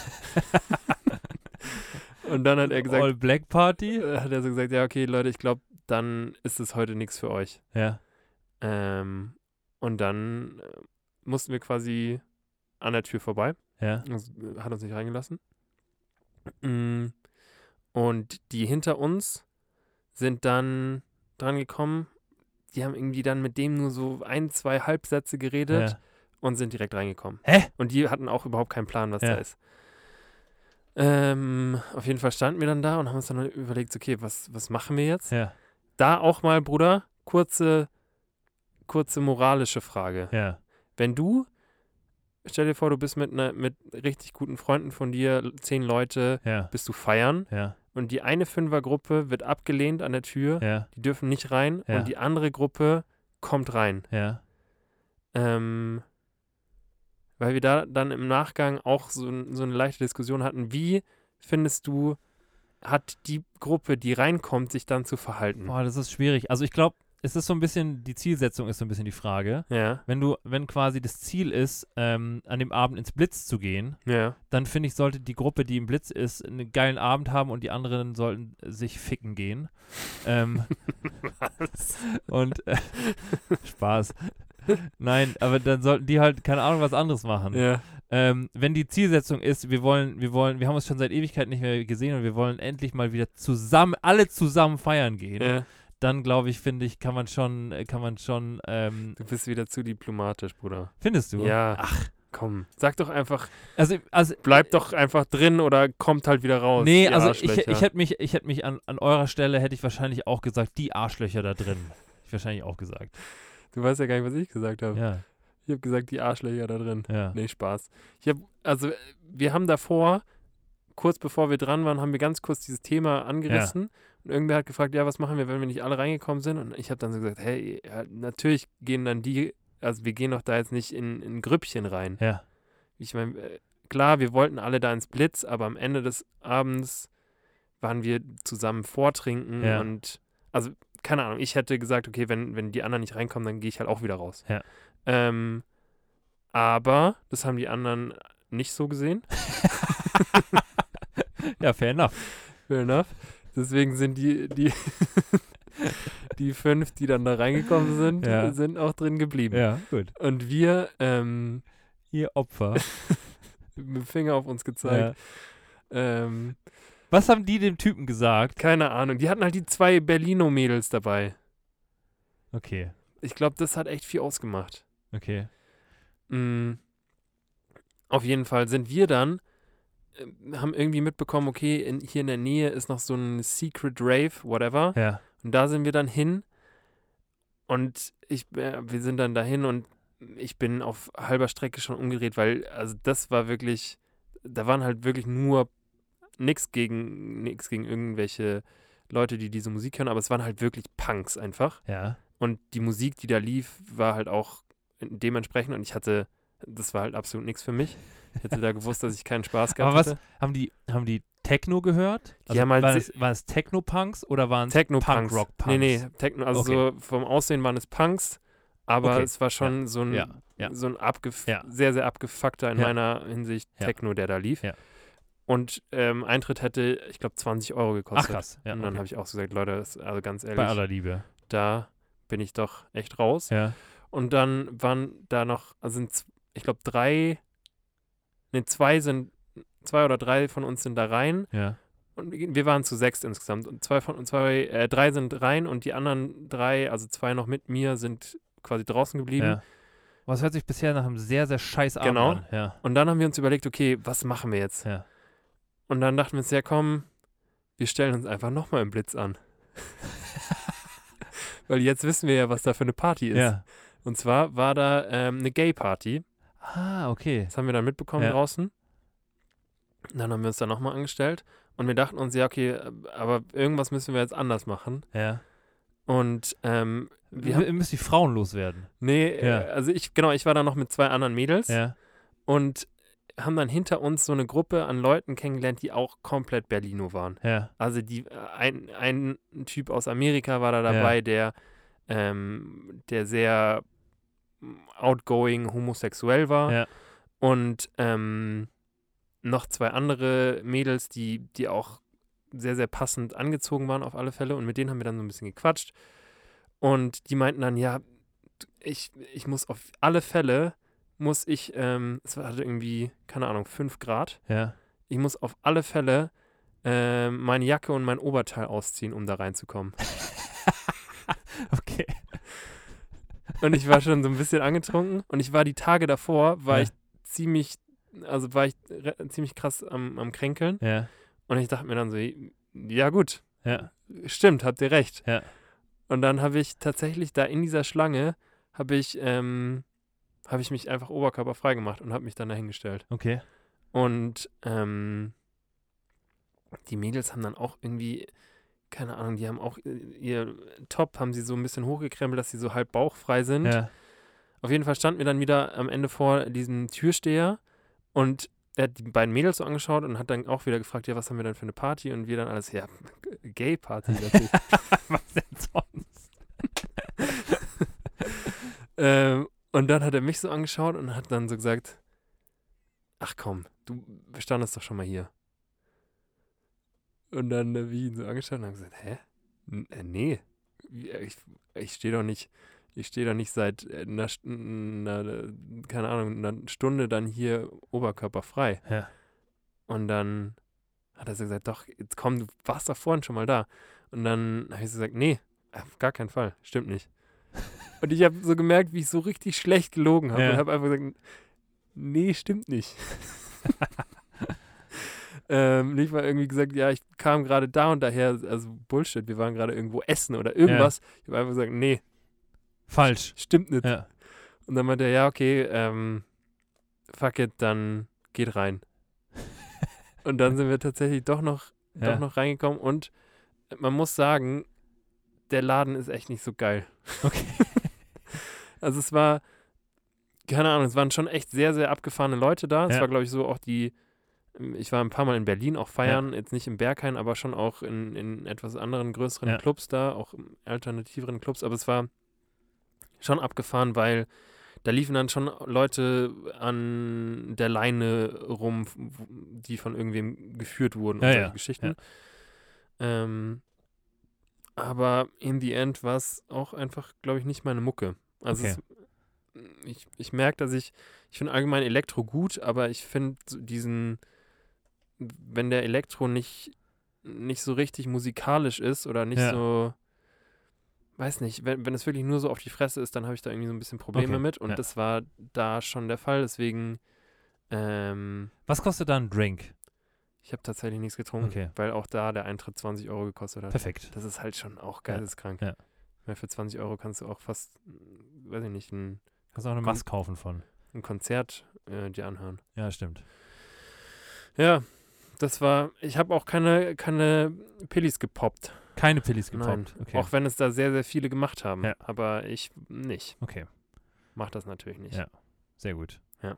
und dann hat er gesagt,
All Black Party.
äh, hat er so gesagt, ja, okay, Leute, ich glaube, dann ist es heute nichts für euch.
Ja.
Ähm, und dann äh, mussten wir quasi an der Tür vorbei.
Ja.
Das äh, hat uns nicht reingelassen. Mm, Und die hinter uns sind dann dran gekommen. Die haben irgendwie dann mit dem nur so ein, zwei Halbsätze geredet
Ja.
und sind direkt reingekommen.
Hä?
Und die hatten auch überhaupt keinen Plan, was
Ja.
da ist. Ähm, auf jeden Fall standen wir dann da und haben uns dann überlegt, okay, was, was machen wir jetzt?
Ja.
Da auch mal, Bruder, kurze, kurze moralische Frage.
Ja.
Wenn du, stell dir vor, du bist mit, ne, mit richtig guten Freunden von dir, zehn Leute,
Ja.
bist du feiern
Ja.
und die eine Fünfergruppe wird abgelehnt an der Tür,
Ja.
die dürfen nicht rein
Ja.
und die andere Gruppe kommt rein.
Ja.
Ähm, weil wir da dann im Nachgang auch so, n- so eine leichte Diskussion hatten, wie findest du, hat die Gruppe, die reinkommt, sich dann zu verhalten? Hm.
Boah, das ist schwierig. Also ich glaube, es ist so ein bisschen, die Zielsetzung ist so ein bisschen die Frage.
Ja,
Wenn du, wenn quasi das Ziel ist, ähm, an dem Abend ins Blitz zu gehen,
ja.
dann finde ich, sollte die Gruppe, die im Blitz ist, einen geilen Abend haben und die anderen sollten sich ficken gehen. Ähm, Und äh, Spaß. Nein, aber dann sollten die halt, keine Ahnung, was anderes machen.
Ja,
Ähm, wenn die Zielsetzung ist, wir wollen, wir wollen, wir haben uns schon seit Ewigkeit nicht mehr gesehen und wir wollen endlich mal wieder zusammen, alle zusammen feiern gehen,
ja.
dann glaube ich, finde ich, kann man schon, äh, kann man schon, ähm,
Du bist wieder zu diplomatisch, Bruder.
findest du?
Ja. Ach. Komm, sag doch einfach,
Also, also
bleib doch einfach drin oder kommt halt wieder raus.
Nee,
ihr
also ich,
Arschlöcher.
ich hätte mich, ich hätte mich an, an eurer Stelle hätte ich wahrscheinlich auch gesagt, die Arschlöcher da drin. Hätte Ich wahrscheinlich auch gesagt.
Du weißt ja gar nicht, was ich gesagt habe.
Ja,
Ich habe gesagt, die Arschlöcher da drin.
ja.
Nee, Spaß. Ich habe, also äh, wir haben davor, kurz bevor wir dran waren, haben wir ganz kurz dieses Thema angerissen. Und irgendwer hat gefragt, ja, was machen wir, wenn wir nicht alle reingekommen sind? Und ich habe dann so gesagt, hey, ja, natürlich gehen dann die, also wir gehen doch da jetzt nicht in, in Grüppchen rein.
Ja,
Ich meine, äh, klar, wir wollten alle da ins Blitz, aber am Ende des Abends waren wir zusammen vortrinken
Ja.
und also, keine Ahnung, ich hätte gesagt, okay, wenn, wenn die anderen nicht reinkommen, dann gehe ich halt auch wieder raus.
Ja.
Ähm, aber das haben die anderen nicht so gesehen.
ja fair enough.
Fair enough. Deswegen sind die, die, die fünf, die dann da reingekommen sind,
Ja.
sind auch drin geblieben.
Ja, gut.
Und wir, ähm,
Ihr Opfer.
mit dem Finger auf uns
ja.
gezeigt, ähm,
Was haben die dem Typen gesagt?
Keine Ahnung. Die hatten halt die zwei Berlino-Mädels dabei.
Okay,
Ich glaube, das hat echt viel ausgemacht.
okay.
Mm. Auf jeden Fall sind wir dann, äh, haben irgendwie mitbekommen, okay, in, hier in der Nähe ist noch so ein Secret Rave, whatever.
Ja,
Und da sind wir dann hin. Und ich, äh, wir sind dann dahin und ich bin auf halber Strecke schon umgedreht, weil, also das war wirklich, da waren halt wirklich nur nichts gegen, nix gegen irgendwelche Leute, die diese Musik hören, aber es waren halt wirklich Punks einfach.
ja.
Und die Musik, die da lief, war halt auch dementsprechend und ich hatte, das war halt absolut nichts für mich. Ich hätte da gewusst, dass ich keinen Spaß gehabt
Aber was
hätte.
haben die, haben die Techno gehört? Also
Die haben halt
waren,
se-
es, waren es Techno-Punks oder waren es
Techno-Punks.
Punk-Rock-Punks?
Nee, nee, Techno, also so vom Aussehen waren es Punks, aber
Okay,
es war schon so ein,
ja, ja.
So ein abgef
Ja.
sehr, sehr abgefuckter in
Ja.
meiner Hinsicht
Ja.
Techno, der da lief.
Ja.
Und ähm, Eintritt hätte, ich glaube, 20 Euro gekostet.
Ach krass. Ja,
und dann
okay.
habe ich auch so gesagt, Leute, das, also ganz
Bei
ehrlich,
aller Liebe.
da bin ich doch echt raus.
Ja,
Und dann waren da noch, also sind, z- ich glaube, drei, ne, zwei sind, zwei oder drei von uns sind da rein.
ja.
Und wir waren zu sechs insgesamt. Und zwei von, und zwei, äh, drei sind rein und die anderen drei, also zwei noch mit mir, sind quasi draußen geblieben.
ja. Was hört sich bisher nach einem sehr, sehr scheiß Abend
Genau.
an. Ja,
Und dann haben wir uns überlegt, okay, was machen wir jetzt?
ja.
Und dann dachten wir uns, ja komm, wir stellen uns einfach nochmal im Blitz an. Weil jetzt wissen wir ja, was da für eine Party ist.
ja.
Und zwar war da ähm, eine Gay-Party.
Ah, okay.
Das haben wir dann mitbekommen
Ja.
draußen. Und dann haben wir uns da nochmal angestellt und wir dachten uns, ja, okay, aber irgendwas müssen wir jetzt anders machen.
Ja.
Und ähm, wir
Wir
haben,
mü- müssen die Frauen loswerden.
nee,
Ja.
äh, also ich, genau, ich war da noch mit zwei anderen Mädels
Ja.
und haben dann hinter uns so eine Gruppe an Leuten kennengelernt, die auch komplett Berlino waren.
Ja.
Also die, äh, ein, ein Typ aus Amerika war da dabei, der, ähm, der sehr mm, outgoing homosexuell war.
Ja.
Und ähm, noch zwei andere Mädels, die, die auch sehr, sehr passend angezogen waren auf alle Fälle. Und mit denen haben wir dann so ein bisschen gequatscht. Und die meinten dann, ja, du- ich, ich muss auf alle Fälle, muss ich, ähm, es war irgendwie, keine Ahnung, 5 Grad
Ja.
ich muss auf alle Fälle ähm, meine Jacke und mein Oberteil ausziehen, um da reinzukommen.
Okay.
Und ich war schon so ein bisschen angetrunken und ich war die Tage davor, war
Ja.
ich ziemlich, also war ich re- ziemlich krass am, am Kränkeln
Ja.
und ich dachte mir dann so, ja gut,
Ja.
stimmt, habt ihr recht.
Ja.
Und dann habe ich tatsächlich da in dieser Schlange, habe ich, ähm, habe ich mich einfach oberkörperfrei gemacht und habe mich dann dahingestellt.
Okay.
Und ähm, die Mädels haben dann auch irgendwie, keine Ahnung, die haben auch äh, ihr Top, haben sie so ein bisschen hochgekrempelt, dass sie so halb bauchfrei sind.
Ja.
Auf jeden Fall standen wir dann wieder am Ende vor diesem Türsteher und er hat die beiden Mädels so angeschaut und hat dann auch wieder gefragt, ja, was haben wir denn für eine Party? Und wir dann alles, ja, Gay-Party natürlich.
Was denn sonst?
Ähm, und dann hat er mich so angeschaut und hat dann so gesagt, ach komm, du standest doch schon mal hier. Und dann habe ich ihn so angeschaut und habe gesagt, hä? N äh, nee, äh, ich, ich stehe doch nicht, ich stehe doch nicht seit äh, einer, St- einer, keine Ahnung, einer Stunde dann hier oberkörperfrei.
Ja.
Und dann hat er so gesagt, doch, jetzt komm, du warst doch vorhin schon mal da. Und dann habe ich so gesagt, nee, auf gar keinen Fall, stimmt nicht. Und ich habe so gemerkt, wie ich so richtig schlecht gelogen habe
Ja.
und habe einfach gesagt, nee, stimmt nicht. ähm, nicht mal irgendwie gesagt, ja, ich kam gerade da und daher, also Bullshit, wir waren gerade irgendwo essen oder irgendwas. Ich habe einfach gesagt, nee,
Falsch.
stimmt nicht.
Ja.
Und dann meinte er, ja, okay, ähm, fuck it, dann geht rein. und dann sind wir tatsächlich doch noch,
Ja.
doch noch reingekommen und äh, man muss sagen, der Laden ist echt nicht so geil.
Okay.
Also es war, keine Ahnung, es waren schon echt sehr, sehr abgefahrene Leute da. Es
Ja.
war, glaube ich, so auch die, Ähm, ich war ein paar Mal in Berlin auch feiern, jetzt nicht im Berghain, aber schon auch in, in etwas anderen, größeren
Ja.
Clubs da, auch im alternativeren Clubs, aber es war schon abgefahren, weil da liefen dann schon Leute an der Leine rum, w- die von irgendwem geführt wurden und
Ja,
solche
ja,
Geschichten. Ähm, aber in the end war es auch einfach, glaube ich, nicht meine Mucke. Also
Okay.
es, ich, ich merke, dass ich, ich finde allgemein Elektro gut, aber ich finde so diesen, wenn der Elektro nicht, nicht so richtig musikalisch ist oder nicht
Ja.
so, weiß nicht, wenn, wenn es wirklich nur so auf die Fresse ist, dann habe ich da irgendwie so ein bisschen Probleme
Okay,
mit und
ja.
das war da schon der Fall, deswegen, ähm,
Was kostet da ein Drink?
ich habe tatsächlich nichts getrunken,
Okay.
weil auch da der Eintritt 20 Euro gekostet hat.
Perfekt.
Das ist halt schon auch geisteskrank.
ja.
Weil für 20 Euro kannst du auch fast, mh, weiß ich nicht, ein,
Kannst auch eine
Komm.
Maske kaufen von.
ein Konzert äh, dir anhören.
Ja, stimmt.
Ja, das war, ich habe auch keine, keine Pillis gepoppt.
Keine Pillis
Nein.
gepoppt. Okay.
Auch wenn es da sehr, sehr viele gemacht haben.
Ja.
Aber ich nicht.
okay,
Mach das natürlich nicht.
Ja. sehr gut.
Ja.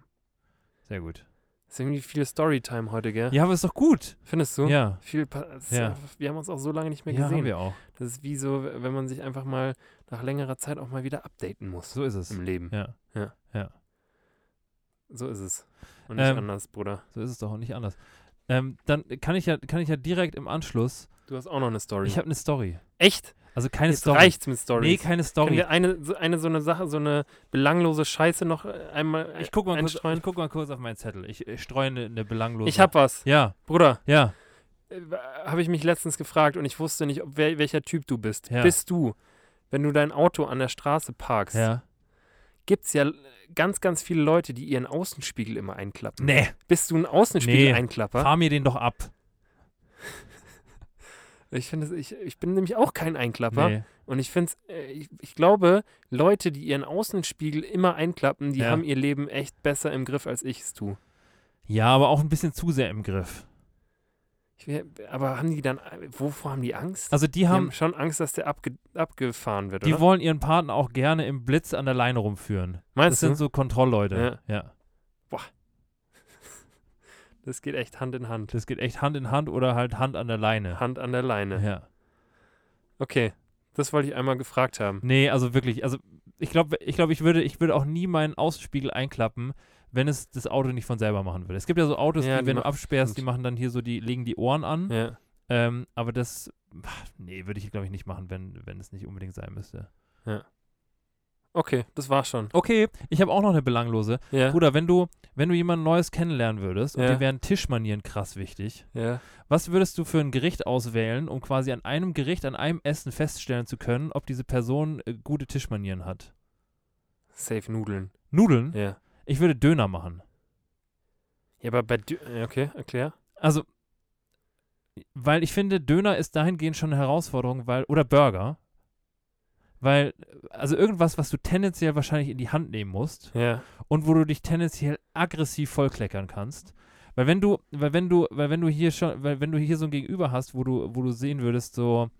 Sehr gut.
Ist irgendwie viel Storytime heute, gell?
Ja, aber ist doch gut.
Findest du?
Ja.
Viel pa- es ist
Ja.
einfach- Wir haben uns auch so lange nicht mehr
Ja, haben
gesehen.
wir auch.
Das ist wie so, wenn man sich einfach mal nach längerer Zeit auch mal wieder updaten muss.
So ist es.
Im Leben.
Ja.
Ja.
Ja.
So ist es. Und nicht
Ähm,
anders, Bruder.
So ist es doch und nicht anders. Ähm, dann kann ich ja, kann ich ja direkt im Anschluss.
Du hast auch noch eine Story.
Ich habe eine Story.
Echt?
Also keine
Jetzt
Story.
reicht's mit Stories.
Nee, keine
Können
Story.
wir eine so, eine so eine Sache, so eine belanglose Scheiße noch äh, einmal.
Ich guck, mal kurz,
einstreuen?
ich guck mal kurz auf meinen Zettel. Ich, ich streue eine, eine belanglose.
ich hab was.
Ja,
Bruder,
ja.
äh, habe ich mich letztens gefragt und ich wusste nicht, ob, wer, welcher Typ du bist.
Ja.
Bist du, wenn du dein Auto an der Straße parkst,
Ja.
gibt's ja ganz, ganz viele Leute, die ihren Außenspiegel immer einklappen.
Nee,
Bist du ein Außenspiegel-Einklapper?
fahr mir den doch ab.
Ich finde, es- ich, ich bin nämlich auch kein Einklapper.
Nee.
Und ich finde äh, ich, ich glaube, Leute, die ihren Außenspiegel immer einklappen, die
Ja.
haben ihr Leben echt besser im Griff, als ich es tue.
Ja, aber auch ein bisschen zu sehr im Griff.
Ich, wär- aber haben die dann, wovor haben die Angst?
Also die
die
haben,
haben schon Angst, dass der abge, abgefahren wird,
die
oder?
wollen ihren Partner auch gerne im Blitz an der Leine rumführen. Das
Meinst du?
sind so Kontrollleute. Ja.
das geht echt Hand in Hand.
Das geht echt Hand in Hand oder halt Hand an der Leine.
Hand an der Leine.
Ja.
Okay, das wollte ich einmal gefragt haben.
Nee, also wirklich, also ich glaube, ich glaube, ich würde, ich würde auch nie meinen Außenspiegel einklappen, wenn es das Auto nicht von selber machen würde. Es gibt ja so Autos,
Ja,
die,
die
wenn du
machen-
absperrst, die
stimmt.
machen dann hier so, die legen die Ohren an.
Ja.
Ähm, aber das, ach, nee, würde ich glaube ich nicht machen, wenn, wenn es nicht unbedingt sein müsste.
Okay, das war's schon.
Okay, ich habe auch noch eine belanglose.
Ja.
Bruder, wenn du, wenn du jemand Neues kennenlernen würdest und
Ja.
dir wären Tischmanieren krass wichtig,
ja.
was würdest du für ein Gericht auswählen, um quasi an einem Gericht, an einem Essen feststellen zu können, ob diese Person äh, gute Tischmanieren hat?
Safe Nudeln.
Nudeln?
Ja.
Ich würde Döner machen.
Ja, aber bei. Dü- äh, Okay, erklär.
Also, weil ich finde, Döner ist dahingehend schon eine Herausforderung, weil, oder Burger, weil, also irgendwas, was du tendenziell wahrscheinlich in die Hand nehmen musst
Ja.
und wo du dich tendenziell aggressiv vollkleckern kannst. Weil wenn du, weil wenn du, weil wenn du hier schon, weil wenn du hier so ein Gegenüber hast, wo du, wo du sehen würdest, so,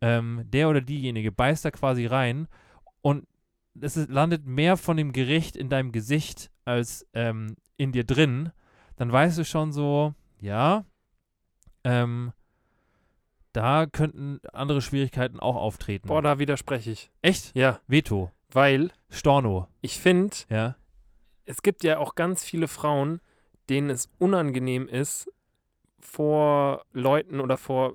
ähm, der oder diejenige beißt da quasi rein und es ist, landet mehr von dem Gericht in deinem Gesicht als ähm, in dir drin, dann weißt du schon so, ja, ähm, da könnten andere Schwierigkeiten auch auftreten.
Boah, da widerspreche ich.
Echt?
Ja.
Veto.
Weil
Storno,
ich finde,
ja.
es gibt ja auch ganz viele Frauen, denen es unangenehm ist, vor Leuten oder vor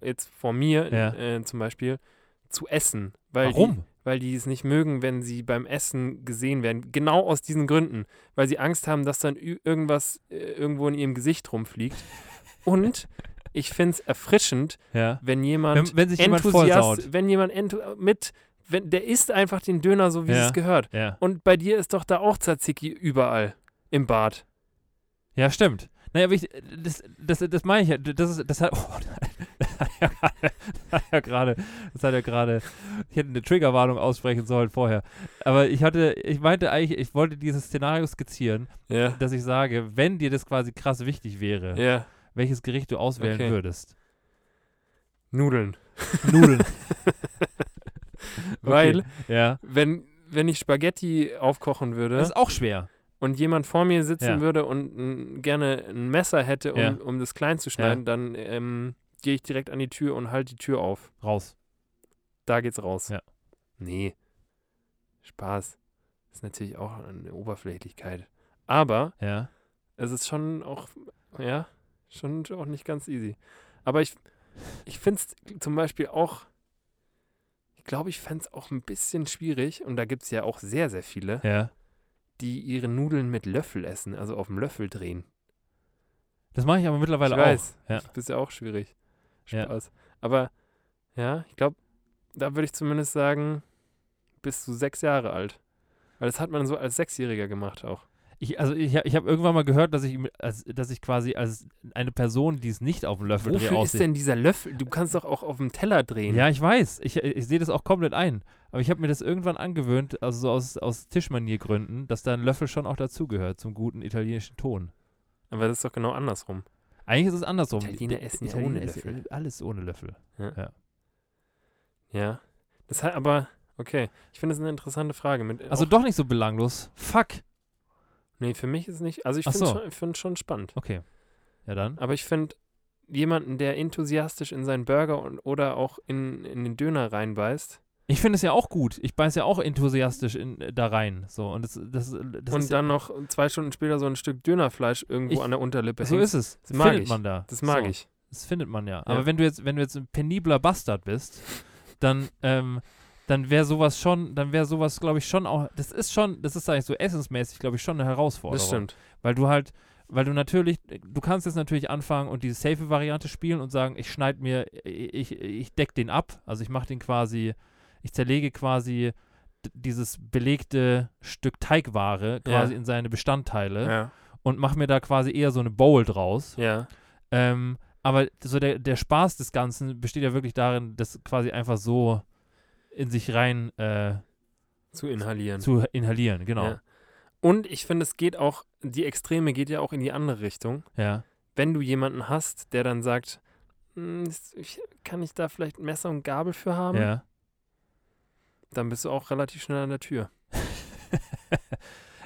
äh, jetzt vor mir
Ja.
äh, zum Beispiel zu essen. Weil Die,
Warum?
weil die es nicht mögen, wenn sie beim Essen gesehen werden. Genau aus diesen Gründen. Weil sie Angst haben, dass dann ü- irgendwas äh, irgendwo in ihrem Gesicht rumfliegt. Und ich finde es erfrischend,
Ja.
wenn jemand
Wenn, wenn sich jemand vorsaut.
Enthusiast, wenn jemand enthu- mit, wenn, der isst einfach den Döner so, wie
Ja.
es gehört.
Ja.
Und bei dir ist doch da auch Tzatziki überall im Bad.
Ja, stimmt. Naja, aber ich, das, das, das meine ich ja. Das, ist, das hat, oh, das hat ja gerade- das hat ja gerade, das hat ja gerade, ich hätte eine Triggerwarnung aussprechen sollen vorher. Aber ich hatte, ich meinte eigentlich, ich wollte dieses Szenario skizzieren,
Ja.
dass ich sage, wenn dir das quasi krass wichtig wäre,
Ja.
welches Gericht du auswählen
Okay.
würdest.
Nudeln.
Nudeln.
Weil,
Okay. Ja.
wenn, wenn ich Spaghetti aufkochen
Das
würde
ist auch schwer.
und jemand vor mir sitzen
Ja.
würde und n, gerne ein Messer hätte, um,
Ja.
um das klein zu schneiden, dann ähm, gehe ich direkt an die Tür und halte die Tür auf.
Raus.
Da geht's raus.
Ja.
Nee. Spaß. Ist natürlich auch eine Oberflächlichkeit. Aber
Ja.
Es ist schon auch, ja, schon auch nicht ganz easy. Aber ich, ich finde es zum Beispiel auch, ich glaube, ich fände es auch ein bisschen schwierig, und da gibt es ja auch sehr, sehr viele,
Ja.
die ihre Nudeln mit Löffel essen, also auf dem Löffel drehen.
Das mache ich aber mittlerweile
ich weiß,
Ja.
das ist ja auch schwierig.
Ja.
Spaß. Aber ja, ich glaube, da würde ich zumindest sagen, bist du sechs Jahre alt. Weil das hat man so als Sechsjähriger gemacht auch.
auch. Ich, also ich, hab- ich habe irgendwann mal gehört, dass ich, mit- als, dass ich quasi als eine Person, die es nicht auf dem Löffel dreht,
Wofür ist denn dieser Löffel? Du kannst doch auch auf dem Teller drehen.
Ja, ich weiß. Ich, ich sehe das auch komplett ein. Aber ich habe mir das irgendwann angewöhnt, also so aus, aus Tischmaniergründen, dass da ein Löffel schon auch dazugehört zum guten italienischen Ton.
Aber das ist doch genau andersrum.
Eigentlich ist es andersrum.
Italiener
Die-
essen ja
Italiener
ohne
essen eh
Löffel.
Alles ohne Löffel.
Ja. Das hat aber, okay. Ich finde es eine interessante Frage. Mit,
Also
auch,
doch nicht so belanglos. Fuck.
nee, für mich ist nicht. Also ich
Ach
finde es
so.
schon, ich find's schon spannend.
Okay. Ja dann.
Aber ich finde jemanden, der enthusiastisch in seinen Burger und, oder auch in, in den Döner reinbeißt
Ich finde es ja auch gut. Ich beiß ja auch enthusiastisch in, da rein. So und das, das, das
und
ist ja-
dann noch zwei Stunden später so ein Stück Dönerfleisch irgendwo
Ich-
an der Unterlippe
so
hängt.
ist es.
Das mag
findet
ich.
man da.
Das mag
so.
ich.
Das findet man ja. Aber wenn du jetzt, wenn du jetzt ein penibler Bastard bist, dann, ähm, dann wäre sowas schon, dann wäre sowas, glaube ich, schon auch, das ist schon, das ist eigentlich so essensmäßig, glaube ich, schon eine Herausforderung.
Das stimmt.
Weil du halt, weil du natürlich, du kannst jetzt natürlich anfangen und diese safe Variante spielen und sagen, ich schneide mir, ich, ich deck den ab, also ich mache den quasi, ich zerlege quasi d- dieses belegte Stück Teigware quasi in seine Bestandteile
Ja.
und mache mir da quasi eher so eine Bowl draus.
Ja.
Ähm, aber so der, der Spaß des Ganzen besteht ja wirklich darin, das quasi einfach so in sich rein äh,
Zu inhalieren.
zu inhalieren, genau.
Ja. Und ich finde, es geht auch, die Extreme geht ja auch in die andere Richtung.
Ja.
wenn du jemanden hast, der dann sagt, "Hm, ist- ich- kann ich da vielleicht Messer und Gabel für haben,
ja.
dann bist du auch relativ schnell an der Tür.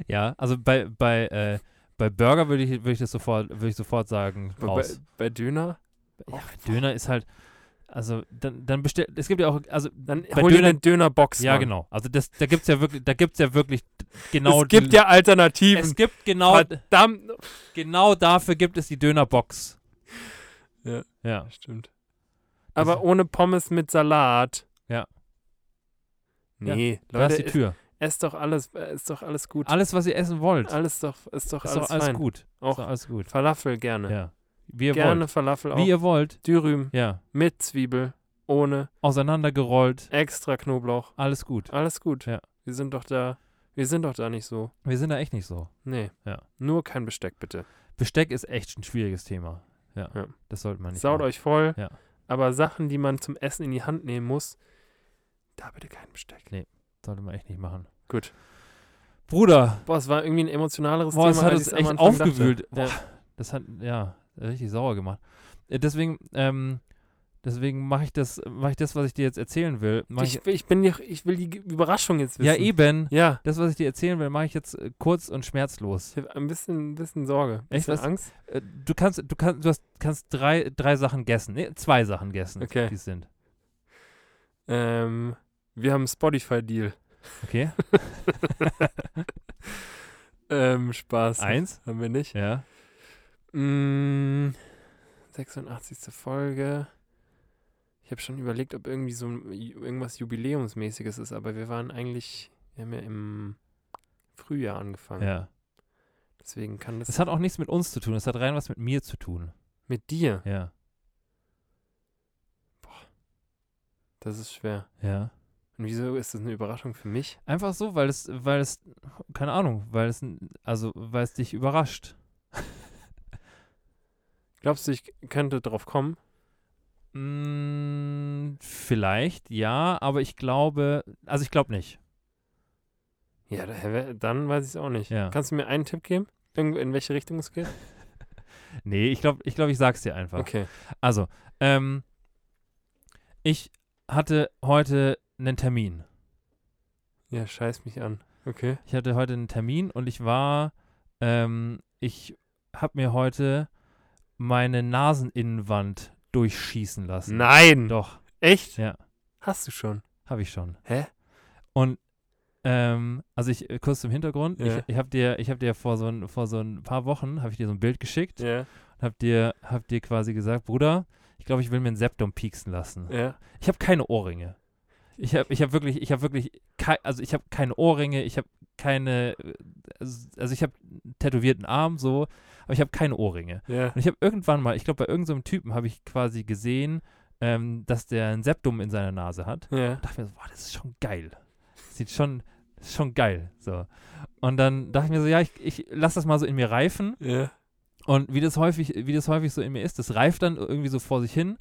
Ja, also bei, bei, äh, bei Burger würde ich, würde ich das sofort, würde ich sofort sagen,
Aber Bei,
raus.
bei Döner,
ja, Döner ist halt, also dann, dann bestell, es gibt ja auch, also
dann
bei
hol dir
Döner-
eine Dönerbox.
ja
Mann.
genau, also das, da gibt's ja wirklich, da gibt's ja wirklich genau
es gibt
die,
ja Halt Alternativen.
es gibt genau,
Verdammt.
genau dafür gibt es die Dönerbox.
Ja.
Ja.
Stimmt. Aber ohne Pommes mit Salat.
Ja.
Nee,
Da ist
Leute,
die
ist,
Tür.
ist doch alles, äh, ist doch alles gut.
Alles, was ihr essen wollt.
Alles doch, ist doch
Ist
alles,
doch alles
fein.
gut.
Auch
Ist doch alles gut.
Falafel gerne.
Ja. Wie ihr
gerne
wollt.
Falafel auch.
Wie ihr wollt.
Dürüm
Ja.
mit Zwiebel, ohne
Auseinandergerollt.
extra Knoblauch.
Alles gut.
Alles gut.
Ja.
Wir sind doch da. Wir sind doch da nicht so.
Wir sind da echt nicht so.
Nee.
Ja.
Nur kein Besteck, bitte.
Besteck ist echt ein schwieriges Thema. Ja.
Ja.
Das sollte man nicht.
Saut
machen.
euch voll.
Ja.
Aber Sachen, die man zum Essen in die Hand nehmen muss, da bitte kein Besteck.
Sollte man echt nicht machen.
Gut.
Bruder,
Boah, es war irgendwie ein emotionaleres
boah,
Thema.
das hat
als
uns
ich's am
echt
Anfang dachte.
aufgewühlt. Boah,
Ja.
Das hat, ja, richtig sauer gemacht. Äh, Deswegen, ähm, deswegen mache ich das, mache ich das, was ich dir jetzt erzählen will. Mach ich,
Ich, ich, bin ja, ich will die Überraschung jetzt wissen.
ja, eben.
Ja.
Das, was ich dir erzählen will, mache ich jetzt äh, kurz und schmerzlos.
Ich habe ein bisschen, ein bisschen Sorge. Ein
Echt,
bisschen
was?
Angst?
Äh, Du kannst, du kannst, du hast, kannst drei, drei Sachen gessen. Nee, zwei Sachen gessen,
Okay.
die es sind.
Ähm, wir haben einen Spotify-Deal.
Okay.
Ähm, Spaß.
Eins.
Haben wir nicht.
Ja.
Mm, 86. Folge. Ich habe schon überlegt, ob irgendwie so ein, ju- irgendwas Jubiläumsmäßiges ist, aber wir waren eigentlich, wir haben ja im Frühjahr angefangen.
Ja.
Deswegen kann das,
Das hat auch nichts mit uns zu tun. Das hat rein was mit mir zu tun.
mit dir,
Ja.
das ist schwer.
Ja.
Und wieso ist das eine Überraschung für mich?
Einfach so, weil es, weil es, keine Ahnung, weil es, n- also, weil es dich überrascht.
Glaubst du, ich könnte drauf kommen?
Mm, vielleicht, ja, aber ich glaube, also ich glaube nicht.
Ja, da- hä, dann weiß ich es auch nicht.
Ja.
Kannst du mir einen Tipp geben? Irgendwo, in welche Richtung es geht?
Nee, ich glaube, ich glaube, ich sag's dir einfach.
Okay.
Also, ähm, ich hatte heute einen Termin.
Ja, scheiß mich an. Okay.
Ich hatte heute einen Termin und ich war, ähm, ich habe mir heute meine Naseninnenwand durchschießen lassen.
Nein!
Doch,
Echt?
Ja.
Hast du schon?
habe ich schon.
Hä?
Und ähm, also ich äh, kurz zum Hintergrund,
Ja.
ich, ich habe dir, ich habe dir vor so ein, vor so ein paar Wochen habe ich dir so ein Bild geschickt,
Ja.
habe dir, hab dir quasi gesagt, Bruder, ich glaube, ich will mir ein Septum pieksen lassen.
Ja.
Ich habe keine Ohrringe. Ich habe ich hab wirklich, ich habe wirklich, kei also ich habe keine Ohrringe, ich habe keine, äh, also ich habe einen tätowierten Arm so, aber ich habe keine Ohrringe.
Ja.
Und ich habe irgendwann mal, ich glaube bei irgendeinem Typen habe ich quasi gesehen, ähm, dass der ein Septum in seiner Nase hat.
Ja.
dachte mir so, boah, das ist schon geil. Sieht schon, ist schon geil. So. Und dann dachte ich mir so, ja, ich, ich lasse das mal so in mir reifen.
Ja.
Und wie das häufig, wie das häufig so in mir ist, das reift dann irgendwie so vor sich hin.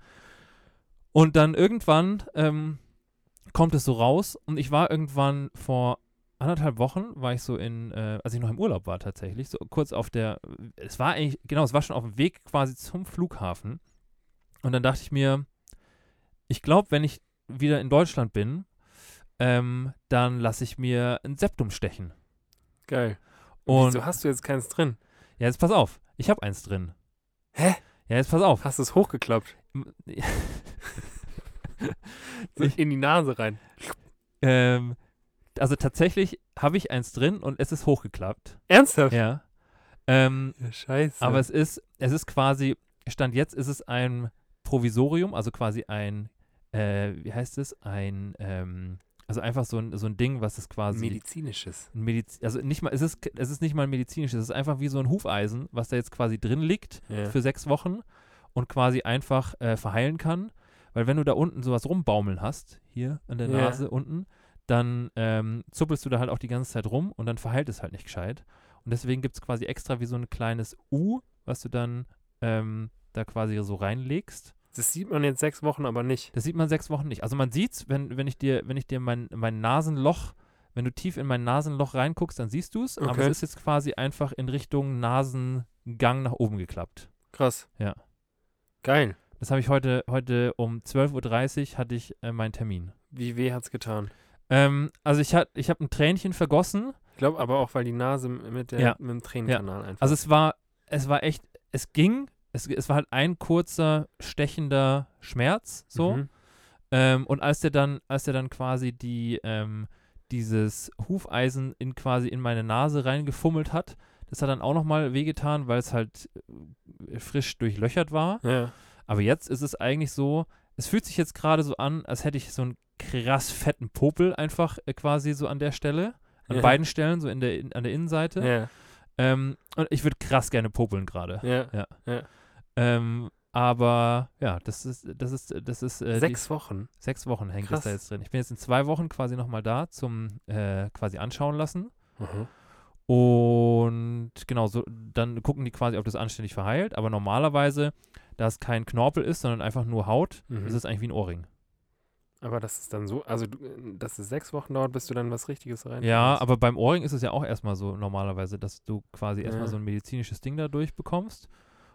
Und dann irgendwann ähm, kommt es so raus. Und ich war irgendwann vor anderthalb Wochen, war ich so in, äh, als ich noch im Urlaub war tatsächlich, so kurz auf der, es war eigentlich, genau, es war schon auf dem Weg quasi zum Flughafen. Und dann dachte ich mir, ich glaube, wenn ich wieder in Deutschland bin, ähm, dann lasse ich mir ein Septum stechen.
Geil.
Und
Wieso hast du jetzt keins drin?
ja, jetzt pass auf, ich habe eins drin.
Hä?
Ja, jetzt pass auf.
Hast du es hochgeklappt?
M-
So
Ich-
in die Nase rein.
ähm, also tatsächlich habe ich eins drin und es ist hochgeklappt.
Ernsthaft?
Ja. Ähm,
Ja, scheiße.
aber es ist, es ist quasi, Stand jetzt ist es ein Provisorium, also quasi ein, äh, wie heißt es? Ein, ähm, also einfach so ein, so ein Ding, was es quasi.
medizinisches.
ein Mediz also nicht mal, es ist, k- es ist nicht mal ein medizinisches, es ist einfach wie so ein Hufeisen, was da jetzt quasi drin liegt
Ja.
für sechs Wochen und quasi einfach äh, verheilen kann. Weil wenn du da unten sowas rumbaumeln hast, hier an der
Ja.
Nase unten, dann ähm, zuppelst du da halt auch die ganze Zeit rum und dann verheilt es halt nicht gescheit. Und deswegen gibt es quasi extra wie so ein kleines U, was du dann ähm, da quasi so reinlegst.
Das sieht man jetzt sechs Wochen aber nicht.
Das sieht man sechs Wochen nicht. Also man sieht's, wenn, wenn ich dir, wenn ich dir mein, mein Nasenloch, wenn du tief in mein Nasenloch reinguckst, dann siehst du es. Aber
Okay.
es ist jetzt quasi einfach in Richtung Nasengang nach oben geklappt.
Krass.
Ja.
Geil.
Das habe ich heute, heute um 12.30 Uhr hatte ich äh, meinen Termin.
Wie weh hat's getan?
Ähm, also ich, hat, ich habe ein Tränchen vergossen.
Ich glaube aber auch, weil die Nase mit, der,
Ja.
mit dem Tränenkanal einfach.
Also es war, es war echt, es ging, es, es war halt ein kurzer, stechender Schmerz so.
Mhm.
Ähm, und als der dann, als der dann quasi die, ähm, dieses Hufeisen in quasi in meine Nase reingefummelt hat, das hat dann auch nochmal wehgetan, weil es halt äh, frisch durchlöchert war.
Ja.
Aber jetzt ist es eigentlich so, es fühlt sich jetzt gerade so an, als hätte ich so einen krass fetten Popel einfach äh, quasi so an der Stelle. An
Ja.
beiden Stellen, so in der, in, an der Innenseite.
Ja.
Ähm, und ich würde krass gerne popeln gerade.
Ja.
Ähm, aber ja, das ist, das ist, das ist äh, die-
Sechs Wochen.
Sechs Wochen hängt das da
Krass.
jetzt drin. Ich bin jetzt in zwei Wochen quasi nochmal da zum äh, quasi anschauen lassen.
Mhm.
Und genau, so, dann gucken die quasi, ob das anständig verheilt. Aber normalerweise, da es kein Knorpel ist, sondern einfach nur Haut,
Mhm.
ist es eigentlich wie ein Ohrring.
Aber das ist dann so, also du- dass es sechs Wochen dauert, bis du dann was Richtiges rein.
Ja, aber beim Ohrring ist es ja auch erstmal so normalerweise, dass du quasi erstmal
Ja.
so ein medizinisches Ding da durchbekommst.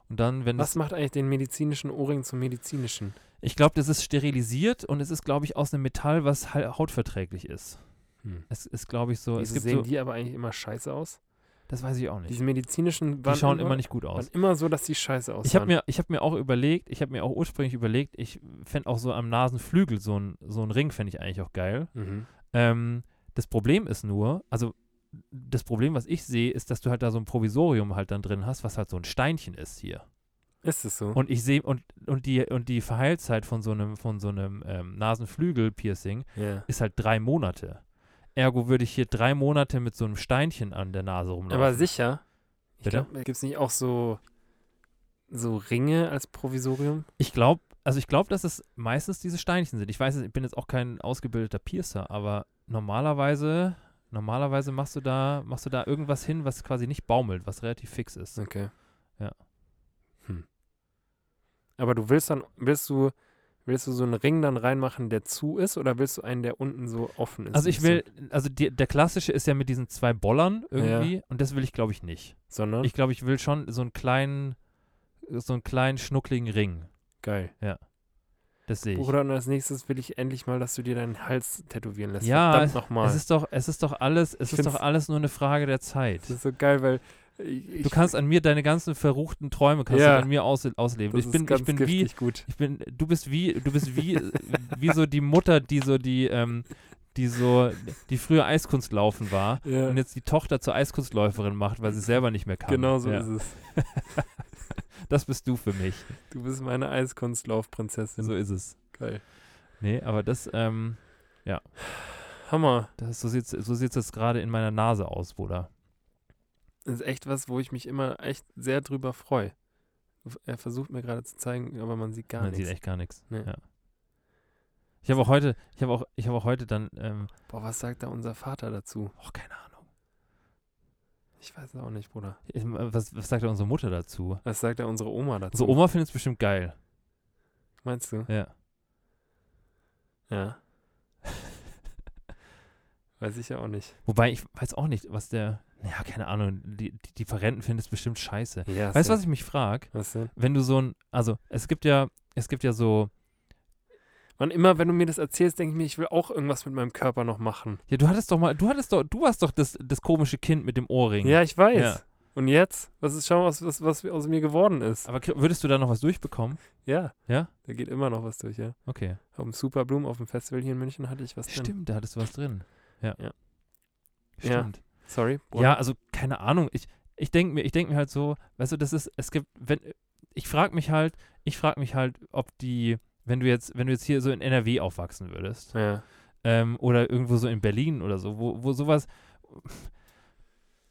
Und dann, wenn das.
Was macht eigentlich den medizinischen Ohrring zum medizinischen?
Ich glaube, das ist sterilisiert und es ist, glaube ich, aus einem Metall, was hal- hautverträglich ist.
Hm.
Es ist, glaube ich, so.
Wieso
es
sehen
gibt so,
die aber eigentlich immer scheiße aus?
das weiß ich auch nicht.
Diese medizinischen
Die
waren
schauen immer nicht gut aus.
Waren immer so, dass die scheiße aussahen.
Ich habe mir, ich hab mir auch überlegt, ich habe mir auch ursprünglich überlegt, ich fände auch so am Nasenflügel so ein, so ein Ring, fände ich eigentlich auch geil.
Mhm.
Ähm, Das Problem ist nur, also das Problem, was ich sehe, ist, dass du halt da so ein Provisorium halt dann drin hast, was halt so ein Steinchen ist hier.
Ist es so?
Und ich sehe, und, und, die, und die Verheilzeit von so einem, von so einem ähm, Nasenflügel-Piercing
ja.
ist halt drei Monate. Ergo würde ich hier drei Monate mit so einem Steinchen an der Nase rumlaufen.
Aber sicher. Ich
Genau. Bitte?
glaube, gibt es nicht auch so, so Ringe als Provisorium?
Ich glaube, also ich glaube, dass es meistens diese Steinchen sind. Ich weiß, es- ich bin jetzt auch kein ausgebildeter Piercer, aber normalerweise, normalerweise machst du da, machst du da irgendwas hin, was quasi nicht baumelt, was relativ fix ist.
Okay.
Ja.
Hm. Aber du willst dann, willst du, willst du so einen Ring dann reinmachen, der zu ist, oder willst du einen, der unten so offen ist?
Also ich
ein bisschen?
will, also die, der klassische ist ja mit diesen zwei Bollern irgendwie und das will ich, glaube ich, nicht.
Sondern?
Ich glaube, ich will schon so einen kleinen, so einen kleinen schnuckligen Ring.
Geil.
Das sehe ich.
Bruder, und als nächstes will ich endlich mal, dass du dir deinen Hals tätowieren lässt.
Ja,
Verdammt nochmal.
Es ist doch, es ist doch alles, es
Ich
ist doch
find's-
alles nur eine Frage der Zeit.
das ist so geil, weil ich, ich,
Du kannst an mir deine ganzen verruchten Träume kannst
Ja.
du an mir aus, ausleben.
das
Ich bin,
ist ganz
ich bin wie,
giftig gut.
ich bin, du bist wie, du bist wie, wie so die Mutter, die so die, ähm, die so, die früher Eiskunstlaufen war
Ja,
und jetzt die Tochter zur Eiskunstläuferin macht, weil sie selber nicht mehr kann.
genau so
ja.
ist es.
Das bist du für mich.
Du bist meine Eiskunstlaufprinzessin.
So ist es.
Geil.
Nee, aber das, ähm,
Hammer.
das so sieht so sieht's jetzt gerade in meiner Nase aus, Bruder.
Das ist echt was, wo ich mich immer echt sehr drüber freue. Er versucht mir gerade zu zeigen, aber man sieht gar
Man
nichts.
sieht echt gar nichts.
Nee.
Ja. Ich habe auch heute, ich habe auch, ich habe auch heute dann, ähm,
Boah, was sagt da unser Vater dazu?
oh, keine Ahnung.
Ich weiß es auch nicht, Bruder.
Ich- Was, was sagt da unsere Mutter dazu?
Was sagt da unsere Oma dazu?
Unsere Oma findet es bestimmt geil.
Meinst du?
Ja.
Ja. weiß ich ja auch nicht.
Wobei ich weiß auch nicht, was der, ja, keine Ahnung, die, die, die Verrenten finden es bestimmt scheiße.
Ja,
Weißt du, was ich mich frage?
Was denn?
Wenn du so ein, also es gibt ja, es gibt ja so,
Wann immer, wenn du mir das erzählst, denke ich mir, ich will auch irgendwas mit meinem Körper noch machen.
ja, du hattest doch mal, du hattest doch, du warst doch das, das komische Kind mit dem Ohrring.
Ja, ich weiß.
Ja.
Und jetzt? Was ist, schau mal, was, was, was aus mir geworden ist.
Aber kri- würdest du da noch was durchbekommen?
Ja.
Ja?
Da geht immer noch was durch, ja.
Okay.
Auf dem Superbloom, auf dem Festival hier in München hatte ich was drin.
Stimmt, da hattest du was drin. Ja.
Ja. Ja.
Stimmt.
Sorry. Bruder.
Ja, also keine Ahnung. Ich, ich denke mir, ich denke mir halt so, weißt du, das ist, es gibt, wenn, ich frage mich halt, ich frage mich halt, ob die, wenn du jetzt, wenn du jetzt hier so in NRW aufwachsen würdest,
Ja.
ähm, oder irgendwo so in Berlin oder so, wo, wo sowas,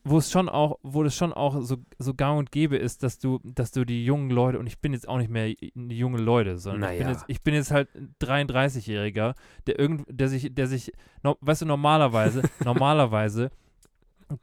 wo es schon auch, wo das schon auch so, so gang und gäbe ist, dass du, dass du die jungen Leute, und ich bin jetzt auch nicht mehr j- junge Leute, sondern ich, bin
Naja.
jetzt, ich bin jetzt halt ein 33-Jähriger, der irgend, der sich, der sich, no, weißt du, normalerweise, normalerweise,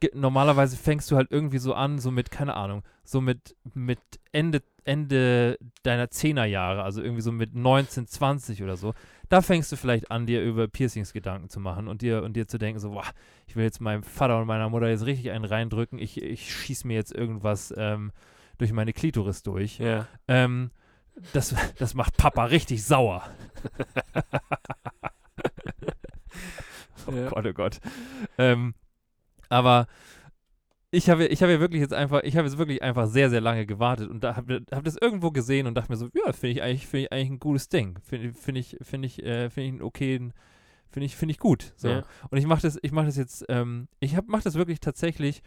ge- normalerweise fängst du halt irgendwie so an, so mit, keine Ahnung, so mit, mit Ende, Ende deiner Zehnerjahre, also irgendwie so mit 19, 20 oder so, da fängst du vielleicht an, dir über Piercings Gedanken zu machen und dir, und dir zu denken, so, boah, ich will jetzt meinem Vater und meiner Mutter jetzt richtig einen reindrücken, ich, ich schieße mir jetzt irgendwas ähm, durch meine Klitoris durch.
Ja.
Ähm, das, das macht Papa richtig sauer. oh
Ja.
Gott, oh Gott. Ähm, aber ich habe ich habe ja wirklich jetzt einfach, ich habe jetzt wirklich einfach sehr, sehr lange gewartet und da habe hab das irgendwo gesehen und dachte mir so, ja, finde ich eigentlich, finde ich eigentlich ein gutes Ding. Finde finde ich, finde ich, äh, finde ich einen okayen, finde ich, finde ich gut. So.
Ja.
Und ich mache das, ich mache das jetzt, ähm, ich hab, mach das wirklich tatsächlich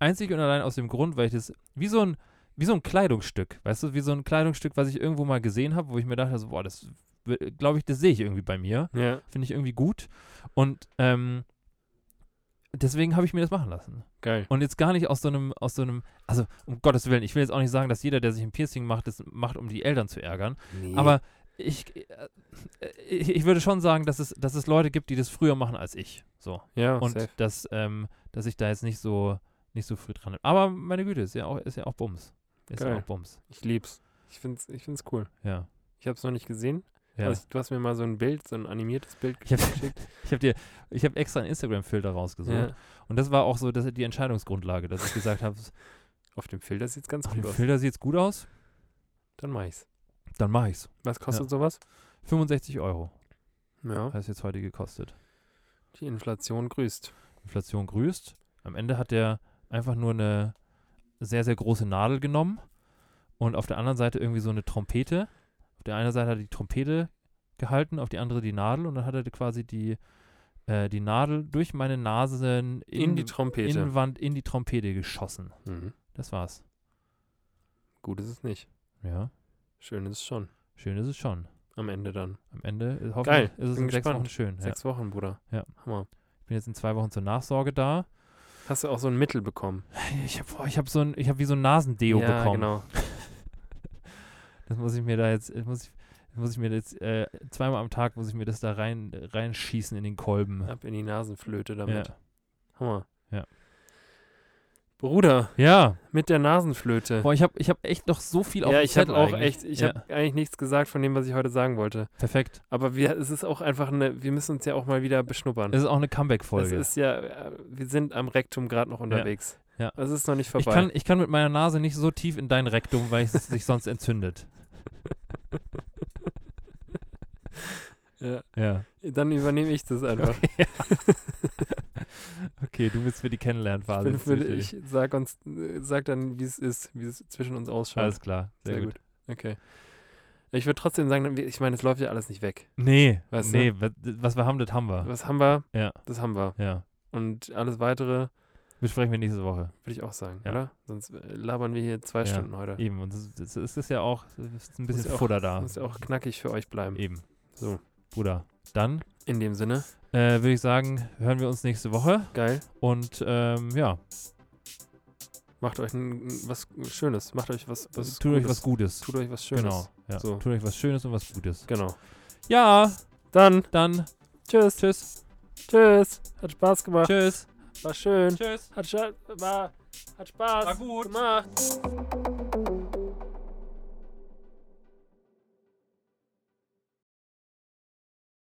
einzig und allein aus dem Grund, weil ich das wie so ein, wie so ein Kleidungsstück, weißt du, wie so ein Kleidungsstück, was ich irgendwo mal gesehen habe, wo ich mir dachte, so, boah, das glaube ich, das sehe ich irgendwie bei mir.
Ja.
Finde ich irgendwie gut. Und ähm, deswegen habe ich mir das machen lassen.
Geil.
Und jetzt gar nicht aus so einem, aus so einem, also um Gottes Willen, ich will jetzt auch nicht sagen, dass jeder, der sich ein Piercing macht, das macht, um die Eltern zu ärgern. Aber ich, äh, ich, ich würde schon sagen, dass es, dass es Leute gibt, die das früher machen als ich. So.
Ja,
Und
safe.
dass, ähm, dass ich da jetzt nicht so, nicht so früh dran bin. Aber meine Güte, ist ja auch, ist ja auch Bums. Ist ja
Geil.
auch Bums.
Ich lieb's. Ich find's, ich find's cool.
Ja.
Ich hab's noch nicht gesehen.
ja.
Also ich, du hast mir mal so ein Bild, so ein animiertes Bild
Ich habe
geschickt.
ich hab dir, ich habe extra einen Instagram-Filter rausgesucht.
ja.
Und das war auch so dass die Entscheidungsgrundlage, dass ich gesagt habe,
Auf dem Filter sieht's ganz
auf
gut
dem
aus.
Filter sieht's gut aus,
Dann mach ich's.
dann mache ich's.
Was kostet sowas?
65 Euro
Ja.
hat es jetzt heute gekostet.
Die Inflation grüßt.
Inflation grüßt. Am Ende hat der einfach nur eine sehr, sehr große Nadel genommen und auf der anderen Seite irgendwie so eine Trompete. Auf der einen Seite hat er die Trompete gehalten, auf die andere die Nadel und dann hat er quasi die, äh, die Nadel durch meine Nasen
In die Trompete.
Innenwand in die Trompete geschossen.
mhm.
Das war's.
Gut ist es nicht.
Ja,
Schön ist es schon.
schön ist es schon.
Am Ende dann.
Am Ende äh, hoffentlich
Geil,
ist es
bin
in sechs
gespannt.
Wochen schön. Ja.
Sechs Wochen, Bruder.
Ja.
Hammer.
Ich bin jetzt in zwei Wochen zur Nachsorge da.
Hast du auch so ein Mittel bekommen?
Ich habe ich hab so ein, ich hab wie so ein Nasendeo
ja,
bekommen.
genau.
Das muss ich mir da jetzt, das muss ich, das muss ich mir jetzt, äh, zweimal am Tag muss ich mir das da rein, reinschießen in den Kolben.
Ab in die Nasenflöte damit.
Ja.
Hammer.
Ja.
Bruder,
ja.
mit der Nasenflöte.
Boah, ich habe ich hab echt noch so viel auf
ja,
dem
ich habe
Zettel
auch
eigentlich.
echt, ich
ja.
habe eigentlich nichts gesagt von dem, was ich heute sagen wollte.
Perfekt.
Aber wir, es ist auch einfach eine, wir müssen uns ja auch mal wieder beschnuppern.
Es ist auch eine
Hm. Es
Comeback-Folge.
ist ja, äh, wir sind am Rektum gerade noch unterwegs.
Ja.
Es ist noch nicht
Ich
vorbei.
kann, ich kann mit meiner Nase nicht so tief in dein Rektum, weil es sich sonst entzündet.
Ja.
Ja.
Dann übernehme ich das einfach.
Okay, du bist für die Kennenlernphase.
ich, bin,
zuständig.
ich sag uns, äh, sag dann, wie es ist, wie es zwischen uns ausschaut.
Alles klar. Sehr, gut.
Okay. Ich würde trotzdem sagen, wir- ich meine, es läuft ja alles nicht weg.
Nee,
Weißt du?
nee, wa- was wir haben, das haben wir.
ne? Was haben wir?
Ja.
Das haben wir.
Ja.
Und alles weitere
Besprechen wir nächste Woche.
würde ich auch sagen,
Ja.
oder? Sonst äh, labern wir hier zwei
Ja.
Stunden heute.
Eben. Und das, das, das ist ja auch das ist ein bisschen
auch-
Futter da.
Muss auch knackig für euch bleiben.
Eben.
So.
Bruder. Dann
In dem Sinne,
äh, würde ich sagen, hören wir uns nächste Woche.
geil.
Und ähm, ja,
Macht euch ein, was Schönes. Macht euch was, was
tut euch
Gutes.
was Gutes.
Tut euch was Schönes.
genau. Ja.
So.
Tut euch was Schönes und was Gutes.
Genau.
Ja,
Dann
dann
tschüss.
tschüss.
Tschüss. Hat Spaß gemacht.
Tschüss.
War schön.
Tschüss.
Hat, Scha war, hat Spaß
War gut.
gemacht.